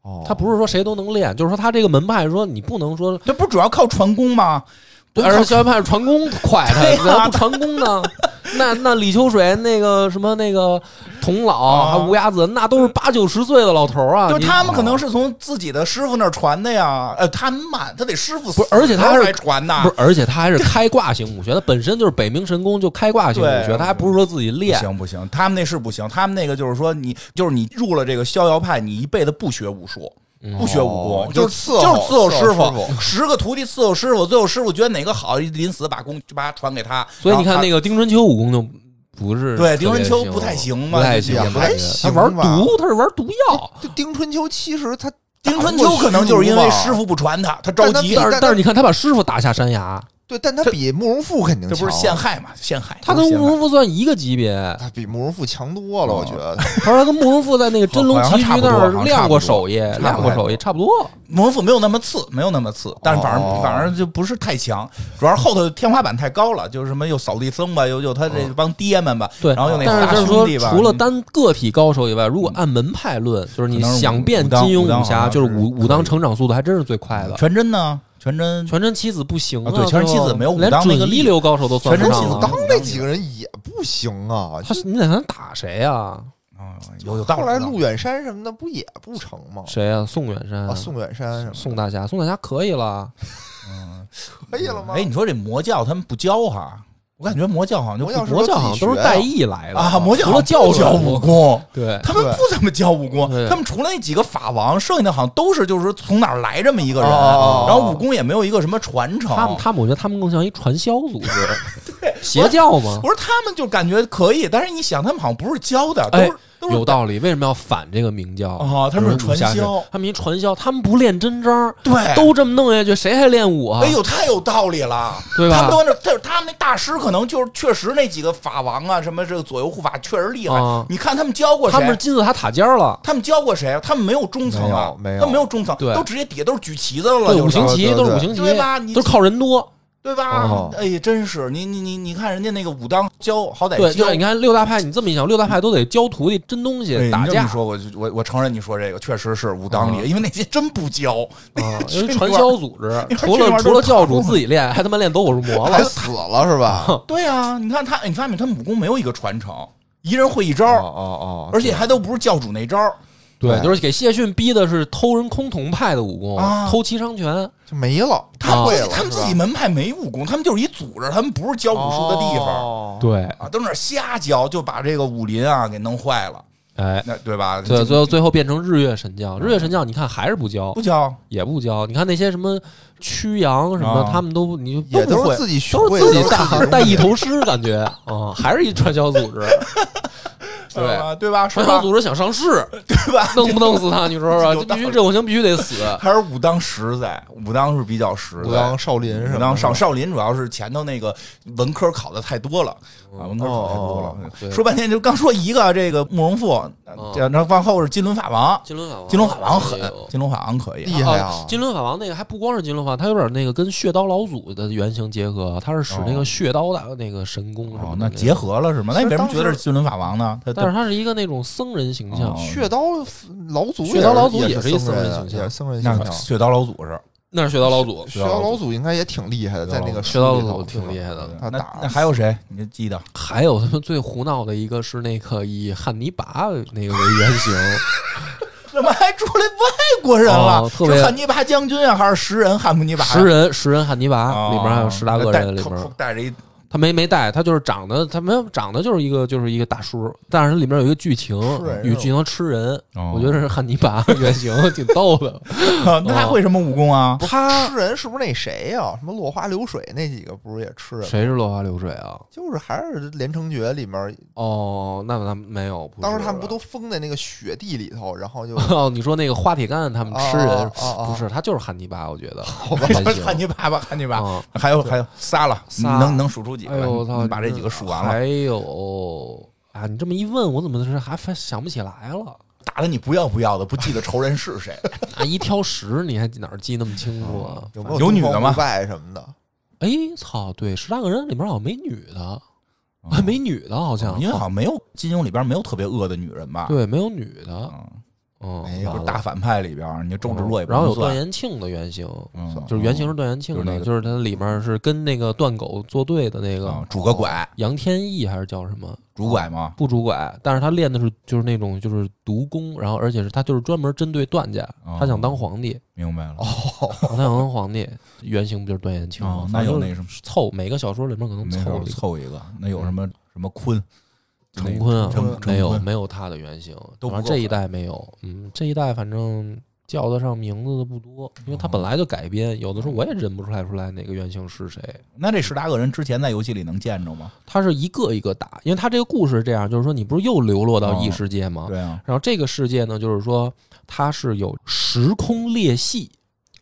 哦他不是说谁都能练，就是说他这个门派说你不能说，这不是主要靠传功吗？不是而靠且逍遥派是传功快，他对啊怎么不传功呢？ [LAUGHS] 那那李秋水那个什么那个童啊老还有乌鸦子，那都是八九十岁的老头儿啊，就你他们可能是从自己的师傅那儿传的呀。呃，他慢，他得师傅死不是而且他了是才传呐不。是，而且他还是开挂型武学，他本身就是北冥神功就开挂型武对学，他还不是说自己不练，行不行，他们那是不行，他们那个就是说你，就是你入了这个逍遥派，你一辈子不学武术，嗯不学武功，哦就是就就伺是候伺候伺师候师傅，十个徒弟伺候师傅，最后师傅觉得哪个好，临死把功就把它传给他。所以你看然后他那个丁春秋武功就不是对特别丁春秋行不太行嘛不太就行也，不还太行他玩吧毒，他是玩毒药。就丁春秋，其实他哎丁春秋可能就是因为师傅不传他，他着但急他，但但是但是你看他把师傅打下山崖，对，但他比慕容复肯定这强，不是陷害嘛？陷害他都跟是陷慕害容复算一个级别。他比慕容复强多了，我觉啊得。他说他跟慕容复在那个真龙棋局好那像差不多好儿像亮过手艺，差不多亮过手艺，差不多。慕容复没有那么次，没有那么次，但是反正、哦反正就不是太强，主要是后头天花板太高了，就是什么又扫地僧吧，又又他这帮爹们吧，对，然后又那但仨是就是兄弟吧，嗯说，除了单个体高手以外，如果按门派论，就是你可能是想武变金当武庸当武好侠，像就是是武可以武当成长速度还真是最快的。全真呢，全真全真七子不行啊对全真最后七子没有武连当那准个厉一流高手都算全真不上七子了当当那几个人也不行啊，他就是你得看他打谁啊？啊、有有道理。后来有道理陆远山什么的不也不成吗？谁啊？宋远山啊，宋远山什么宋大侠，宋大侠可以了。可以了吗？哎，你说这魔教他们不教哈？我感觉魔教好像就魔教不是魔教好像都是带义来的啊，魔教除好像了教不教武功。对，他们不怎么教武功，对他们除了那几个法王，剩下的好像都是就是说从哪儿来这么一个人，哦哦哦然后武功也没有一个什么传承。他们他们，我觉得他们更像一传销组织， [LAUGHS] 邪教嘛。我说他们就感觉可以，但是你想，他们好像不是教的，都哎是、都是有道理，为什么要反这个明教哦他们是就是武侠传销世界他们一传销，他们不练真章，对都这么弄下去，谁还练武啊哎？呦，太有道理了，对吧他们都按照他他们那大师可能就是确实那几个法王啊，什么这个左右护法确实厉害。啊你看他们教过谁？他们是金字塔塔尖儿了，他们教过谁？他们没有中层啊，没有没有他们没有中层，对都直接底下都是举旗子了，对就五是行棋对都是对五行棋对吧你，都是靠人多。对吧？哦哎，真是你你你你看人家那个武当教，好歹对，教就是你看六大派，你这么一想，六大派都得教徒弟真东哎西你打这么架，说我就我我承认你说这个确实是武当里，啊因为那些真不教， [LAUGHS] 啊，去因为那传玩销组织，那除玩意儿了除都了是哎教套路主自己练，还他妈练抖火入魔还了。死了 [LAUGHS] 是吧？对啊，你看他，哎你发现没？他们武功没有一个传承，一人会一招，哦哦哦，而且还都不是教主那招。对，对就是给谢逊逼的是偷人崆峒派的武功，啊偷齐伤拳。就没了，他们自会己了，他们是自吧己门派没武功，他们就是一组织，他们不是教武术的地方、哦对，啊，都是那儿瞎教，就把这个武林啊给弄坏了，哎，那对吧？对，最后最后变成日月神教，日月神教你看还是不教不，教，也不教。你看那些什么曲阳什么的，啊他们都你就也不都会是自己学都会是的，自己带带一头。头师，感觉 [LAUGHS] 啊、嗯还是一传销组织。对，啊对吧？是传销吧？组织想上市，对吧？ [LAUGHS] 弄不弄死他？你说说，有这道必理须这我行必须得死。还是武当实在，武当是比较实在。武当少林什么的武当少少林主要是前头那个文科考的太多了啊，文科考太多哦了。对说半天就刚说一个这个慕容复，呃嗯然后往后是金轮法王，金轮法王，金轮法王狠哦哎呦，金轮法王可以厉害啊哦金轮法王那个还不光是金轮法，他有点那个跟血刀老祖的原型结合，他是使那个血刀的那个神功什哦么，的那个。结合了是吗？那你为什么其实当时觉得是金轮法王呢？他但是他是一个那种僧人形象哦，血刀老祖也是，血刀老祖也也是一僧僧人人啊形象也是僧人形那象。血刀老祖是那是血刀老祖，血刀老祖应该也挺厉害的，在那个血刀老书里头祖挺厉害的。他那打那还有谁？你就记得还有他们最胡闹的一个是那个以汉尼拔那个为原 [LAUGHS] 型，怎么还出来外国人了？哦特别是汉尼拔将军啊，还是食人汉尼拔呀？食人食人汉尼拔啊，哦里边还有十大恶人里边，带 [CLEARS THROAT] 着一他没没带，他就是长得他没有长得就是一个就是一个大叔，但是他里面有一个剧情吃人，有是吧剧情吃人，哦我觉得是汉尼拔原型，挺逗 [LAUGHS] 的。那还会什么武功啊？他吃人是不是那谁呀？什么落花流水那几个不是也吃人？谁是落花流水啊？就是还是《连城诀》里面，哦，那那没有，是当时他们不都封在那个雪地里头，然后就 [LAUGHS] 哦？你说那个花铁干他们吃人啊啊啊啊不是，他就是汉尼拔，我觉 [LAUGHS] 得。好 [LAUGHS] 我跟你说汉尼拔吧，汉尼拔，啊还有还有仨了，你仨能能数出几个哎来？呦我操！你把这几个数完了，还有啊，你这么一问，我怎么是还还想不起来了？打的你不要不要的，不记得仇人是 [LAUGHS] 谁。啊，一挑十，你还哪儿记那么清楚啊？有没有有女的东方吗不败什么的？哎，操！对，十大个人里面好像没女的，哦还没女的，哎好像因为好像没有金庸里边没有特别恶的女人吧？对，没有女的，嗯，嗯，没就有完是了哦大反派里边，你就周芷若也不然后有能段算。延庆的原型，嗯就是原型是段延庆就是的，那个就是它里面是跟那个段狗作对的那啊个，拄个拐，杨天翼还是叫什么？拄拐嘛。不主拐，但是他练的是就是那种就是独功，然后而且是他就是专门针对段家，哦他想当皇帝，明白哦了。他想当皇帝，原型不就是段延庆吗哦？那反正有就是那什么凑每个小说里面可能没事凑儿了一个嗯凑一个，那有什么什么坤？就那成个坤啊成坤，成没有坤没有他的原型，都不反正够这一狠代没有，嗯，这一代反正叫得上名字的不哦多，因为他本来就改编，有的时候我也认不出来出来哪个原型是谁。那这十大恶人之前在游戏里能见着吗？他是一个一个打，因为他这个故事是这样，就是说你不是又流落哦到异世界吗？对啊，然后这个世界呢，就是说它是有时空裂隙，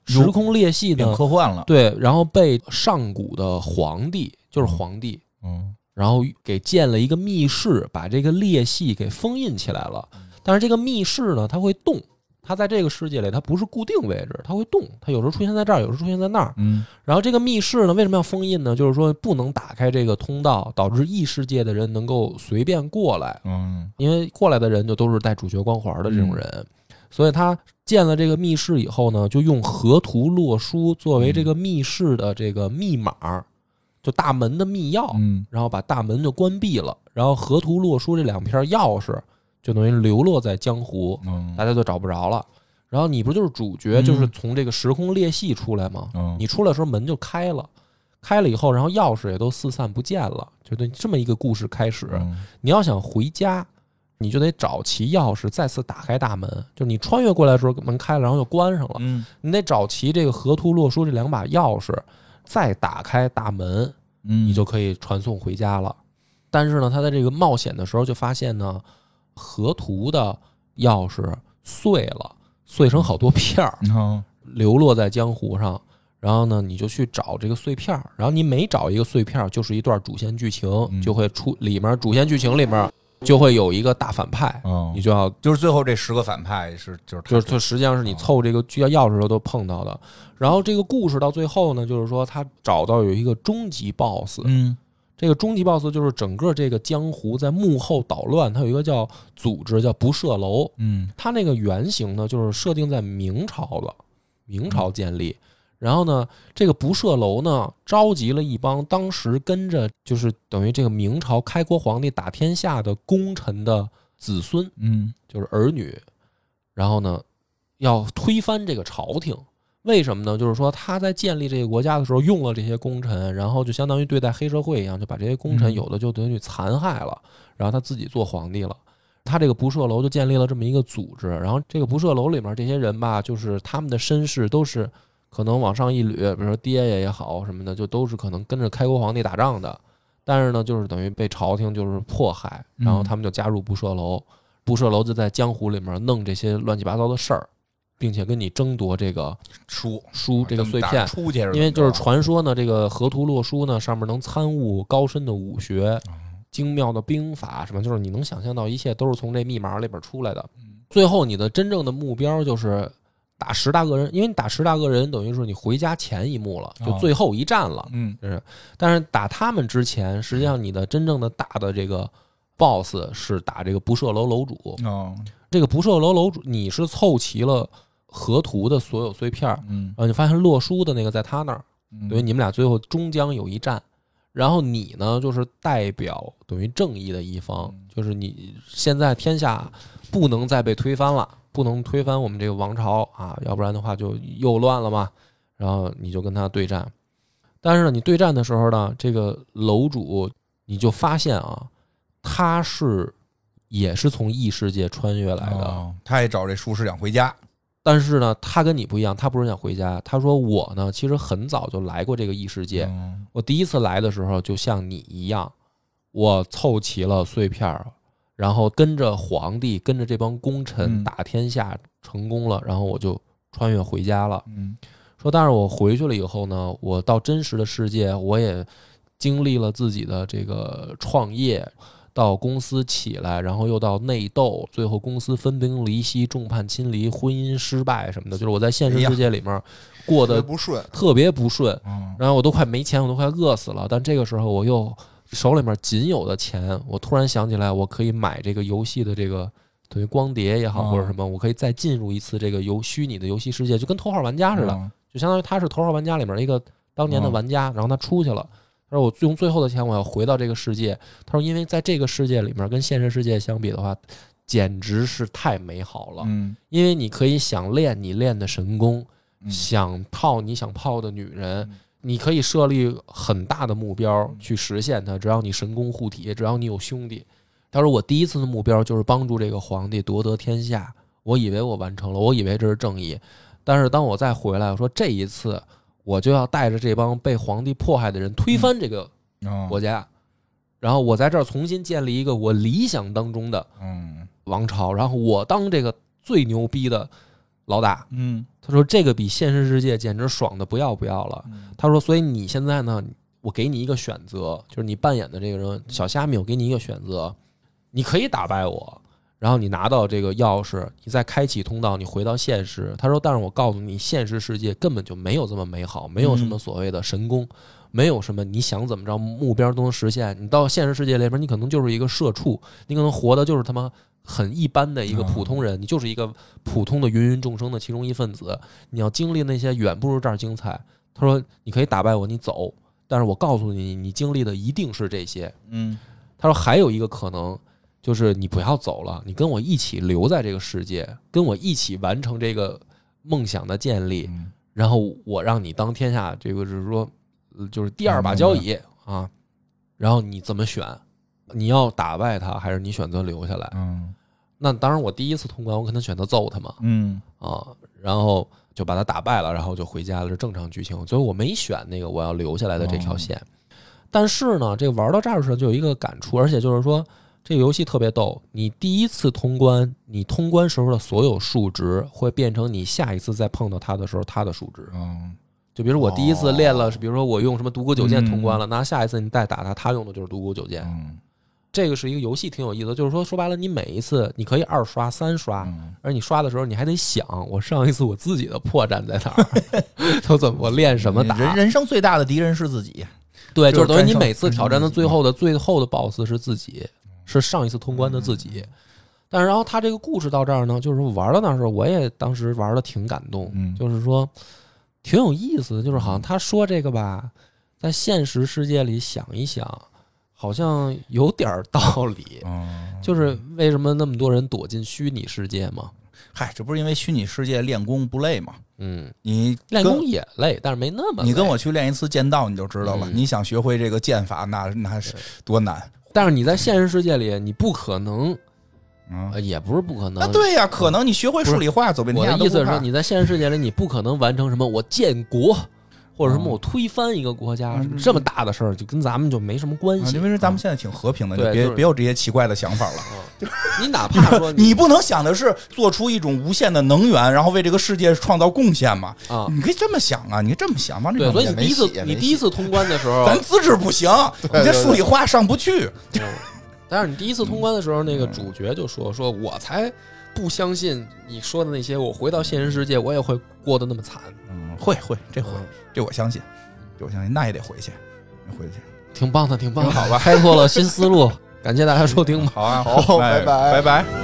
有时空裂隙变呢，科幻了。对，然后被上古的皇帝，就是皇帝，嗯，然后给建了一个密室，把这个裂隙给封印起来了。但是这个密室呢，它会动，它在这个世界里它不是固定位置，它会动，它有时候出现在这儿，有时候出现在那儿。嗯，然后这个密室呢，为什么要封印呢？就是说不能打开这个通道，导致异世界的人能够随便过来。嗯，因为过来的人就都是带主角光环的这种人，所以他建了这个密室以后呢，就用河图洛书嗯作为这个密室的这个密码，就大门的密钥，嗯，然后把大门就关闭了，然后河图洛书这两片钥匙就等于流落在江湖，嗯，大家就找不着了。然后你不就是主角，嗯就是从这个时空裂隙出来吗？嗯你出来的时候门就开了，开了以后，然后钥匙也都四散不见了，就对这么一个故事开始。嗯你要想回家，你就得找齐钥匙，再次打开大门。就是你穿越过来的时候，门开了，然后又关上了。嗯你得找齐这个河图洛书这两把钥匙，再打开大门，嗯，你就可以传送回家了。但是呢，他在这个冒险的时候就发现呢，河图的钥匙碎了，碎成好多片儿，嗯流落在江湖上。然后呢，你就去找这个碎片儿，然后你每找一个碎片儿，就是一段主线剧情，嗯就会出里面主线剧情里面就会有一个大反派，哦你，就要就是最后这十个反派是就是他就是它实际上是你凑这个要钥匙的时候都碰到的。然后这个故事到最后呢，就是说他找到有一个终极 BOSS，嗯这个终极 BOSS 就是整个这个江湖在幕后捣乱，它有一个叫组织叫不射楼，嗯它那个原型呢，就是设定在明朝的，明朝建立。然后呢，这个不射楼呢，召集了一帮当时跟着就是等于这个明朝开国皇帝打天下的功臣的子孙，嗯就是儿女，然后呢，要推翻这个朝廷。为什么呢？就是说他在建立这个国家的时候用了这些功臣，然后就相当于对待黑社会一样，就把这些功臣嗯有的就等于残害了，然后他自己做皇帝了。他这个不赦楼就建立了这么一个组织，然后这个不赦楼里面这些人吧，就是他们的身世都是可能往上一捋，比如说爹爷也好什么的，就都是可能跟着开国皇帝打仗的。但是呢，就是等于被朝廷就是迫害，嗯然后他们就加入不赦楼，不赦楼就在江湖里面弄这些乱七八糟的事儿，并且跟你争夺这个书书这个碎片。出去，因为就是传说呢，这个河图洛书呢上面能参悟高深的武学、哦精妙的兵法什么，就是你能想象到一切都是从这密码里边出来的。嗯最后你的真正的目标就是打十大恶人，因为你打十大恶人等于说你回家前一幕了，就哦最后一战了。嗯但是打他们之前，实际上你的真正的大的这个 BOSS 是打这个不射楼楼主。哦这个不射楼楼主，你是凑齐了河图的所有碎片儿，嗯，啊，你发现洛书的那个在他那儿，嗯等于你们俩最后终将有一战。然后你呢，就是代表等于正义的一方嗯，就是你现在天下不能再被推翻了，不能推翻我们这个王朝啊，要不然的话就又乱了嘛。然后你就跟他对战，但是呢，你对战的时候呢，这个楼主你就发现啊，他是也是从异世界穿越来的，哦他也找这书是想回家，但是呢，他跟你不一样，他不是想回家，他说我呢，其实很早就来过这个异世界，嗯我第一次来的时候，就像你一样，我凑齐了碎片儿，然后跟着皇帝，跟着这帮功嗯臣打天下，成功了，然后我就穿越回家了。嗯说，但是我回去了以后呢，我到真实的世界，我也经历了自己的这个创业，到公司起来，然后又到内斗，最后公司分崩离析，众叛亲离，婚姻失败什么的，就是我在现实哎呀世界里面过特别得不顺，特别不顺。嗯然后我都快没钱，我都快饿死了。但这个时候，我又手里面仅有的钱，我突然想起来，我可以买这个游戏的这个等于光碟也好，嗯或者什么，我可以再进入一次这个游虚拟的游戏世界，就跟头号玩家似的，嗯就相当于他是头号玩家里面一个当年的嗯玩家，然后他出去了。他说：“我用最后的钱，我要回到这个世界。”他说：“因为在这个世界里面，跟现实世界相比的话，简直是太美好了。嗯因为你可以想练你练的神功，嗯想泡你想泡的女人嗯，你可以设立很大的目标去实现它。只要你神功护体，只要你有兄弟。他说：“我第一次的目标就是帮助这个皇帝夺得天下，我以为我完成了，我以为这是正义。但是当我再回来，我说这一次我就要带着这帮被皇帝迫害的人推翻这个嗯国家，然后我在这儿重新建立一个我理想当中的嗯王朝，然后我当这个最牛逼的老大。”嗯他说这个比现实世界简直爽的不要不要了。嗯他说，所以你现在呢，我给你一个选择，就是你扮演的这个人小虾米，我给你一个选择，你可以打败我，然后你拿到这个钥匙，你再开启通道，你回到现实。他说，但是我告诉你，现实世界根本就没有这么美好，没有什么所谓的神功，没有什么你想怎么着目标都能实现。你到现实世界里边，你可能就是一个社畜，你可能活的就是他妈。很一般的一个嗯普通人，你就是一个普通的芸芸众生的其中一份子。你要经历那些远不如这儿精彩。他说：“你可以打败我，你走，但是我告诉你，你经历的一定是这些。嗯”他说：“还有一个可能，就是你不要走了，你跟我一起留在这个世界，跟我一起完成这个梦想的建立，嗯然后我让你当天下这个就是说，呃就是第二把交椅啊。然后你怎么选？你要打败他，还是你选择留下来？嗯那当然，我第一次通关，我可能选择揍他嘛。嗯啊，然后就把他打败了，然后就回家了，是正常剧情。所以我没选那个我要留下来的这条线。但是呢，这个玩到这儿的时候就有一个感触，而且就是说这个游戏特别逗。你第一次通关，你通关时候的所有数值会变成你下一次再碰到它的时候它的数值。嗯就比如我第一次哦练了，比如说我用什么独孤九剑嗯通关了，那下一次你再打它，它用的就是独孤九剑。嗯这个是一个游戏，挺有意思的。就是说，说白了，你每一次你可以二刷、三刷，嗯而你刷的时候，你还得想，我上一次我自己的破绽在哪儿？ [LAUGHS] 都怎么我练什么打？人人生最大的敌人是自己，对，就就是是等于战你胜每次挑战的最后的最后的 BOSS 是自己，嗯是上一次通关的自己。但是然后他这个故事到这儿呢，就是玩到那儿时候，我也当时玩的挺感动，嗯就是说挺有意思的，就是好像他说这个吧，在现实世界里想一想，好像有点儿道理。嗯就是为什么那么多人躲进虚拟世界嘛？嗨，这不是因为虚拟世界练功不累吗？嗯，你练跟功也累，但是没那么累。你跟我去练一次剑道，你就知道了。嗯你想学会这个剑法，那那是多难但是你在现实世界里，你不可能，嗯呃也不是不可能。啊！对呀、可能你学会数理化，走遍我天下的都意思不是怕说，。你在现实世界里，你不可能完成什么我建国，或者什么嗯我推翻一个国家，嗯这么大的事儿，就跟咱们就没什么关啊系。因为咱们现在挺和平的，你嗯对别就是嗯别有这些奇怪的想法了。你哪怕说 [LAUGHS] 你不能想的是做出一种无限的能源，然后为这个世界创造贡献嘛？啊，你可以这么想啊，你这么想往这对，种所以想，你第一也没戏次也你没第一次通关的时候，咱资质不行，你这数理化上不去。嗯但是你第一次通关的时候，那嗯个主角就说：“说我才不相信你说的那些，我回到现实世界，我也会过得那么惨。嗯，会会，这会嗯这我相信，这我相信，那也得回去，回去。”挺棒的，挺棒的，好吧开拓了新思路。感谢大家收听吧。好啊，[LAUGHS] 好拜拜拜拜拜。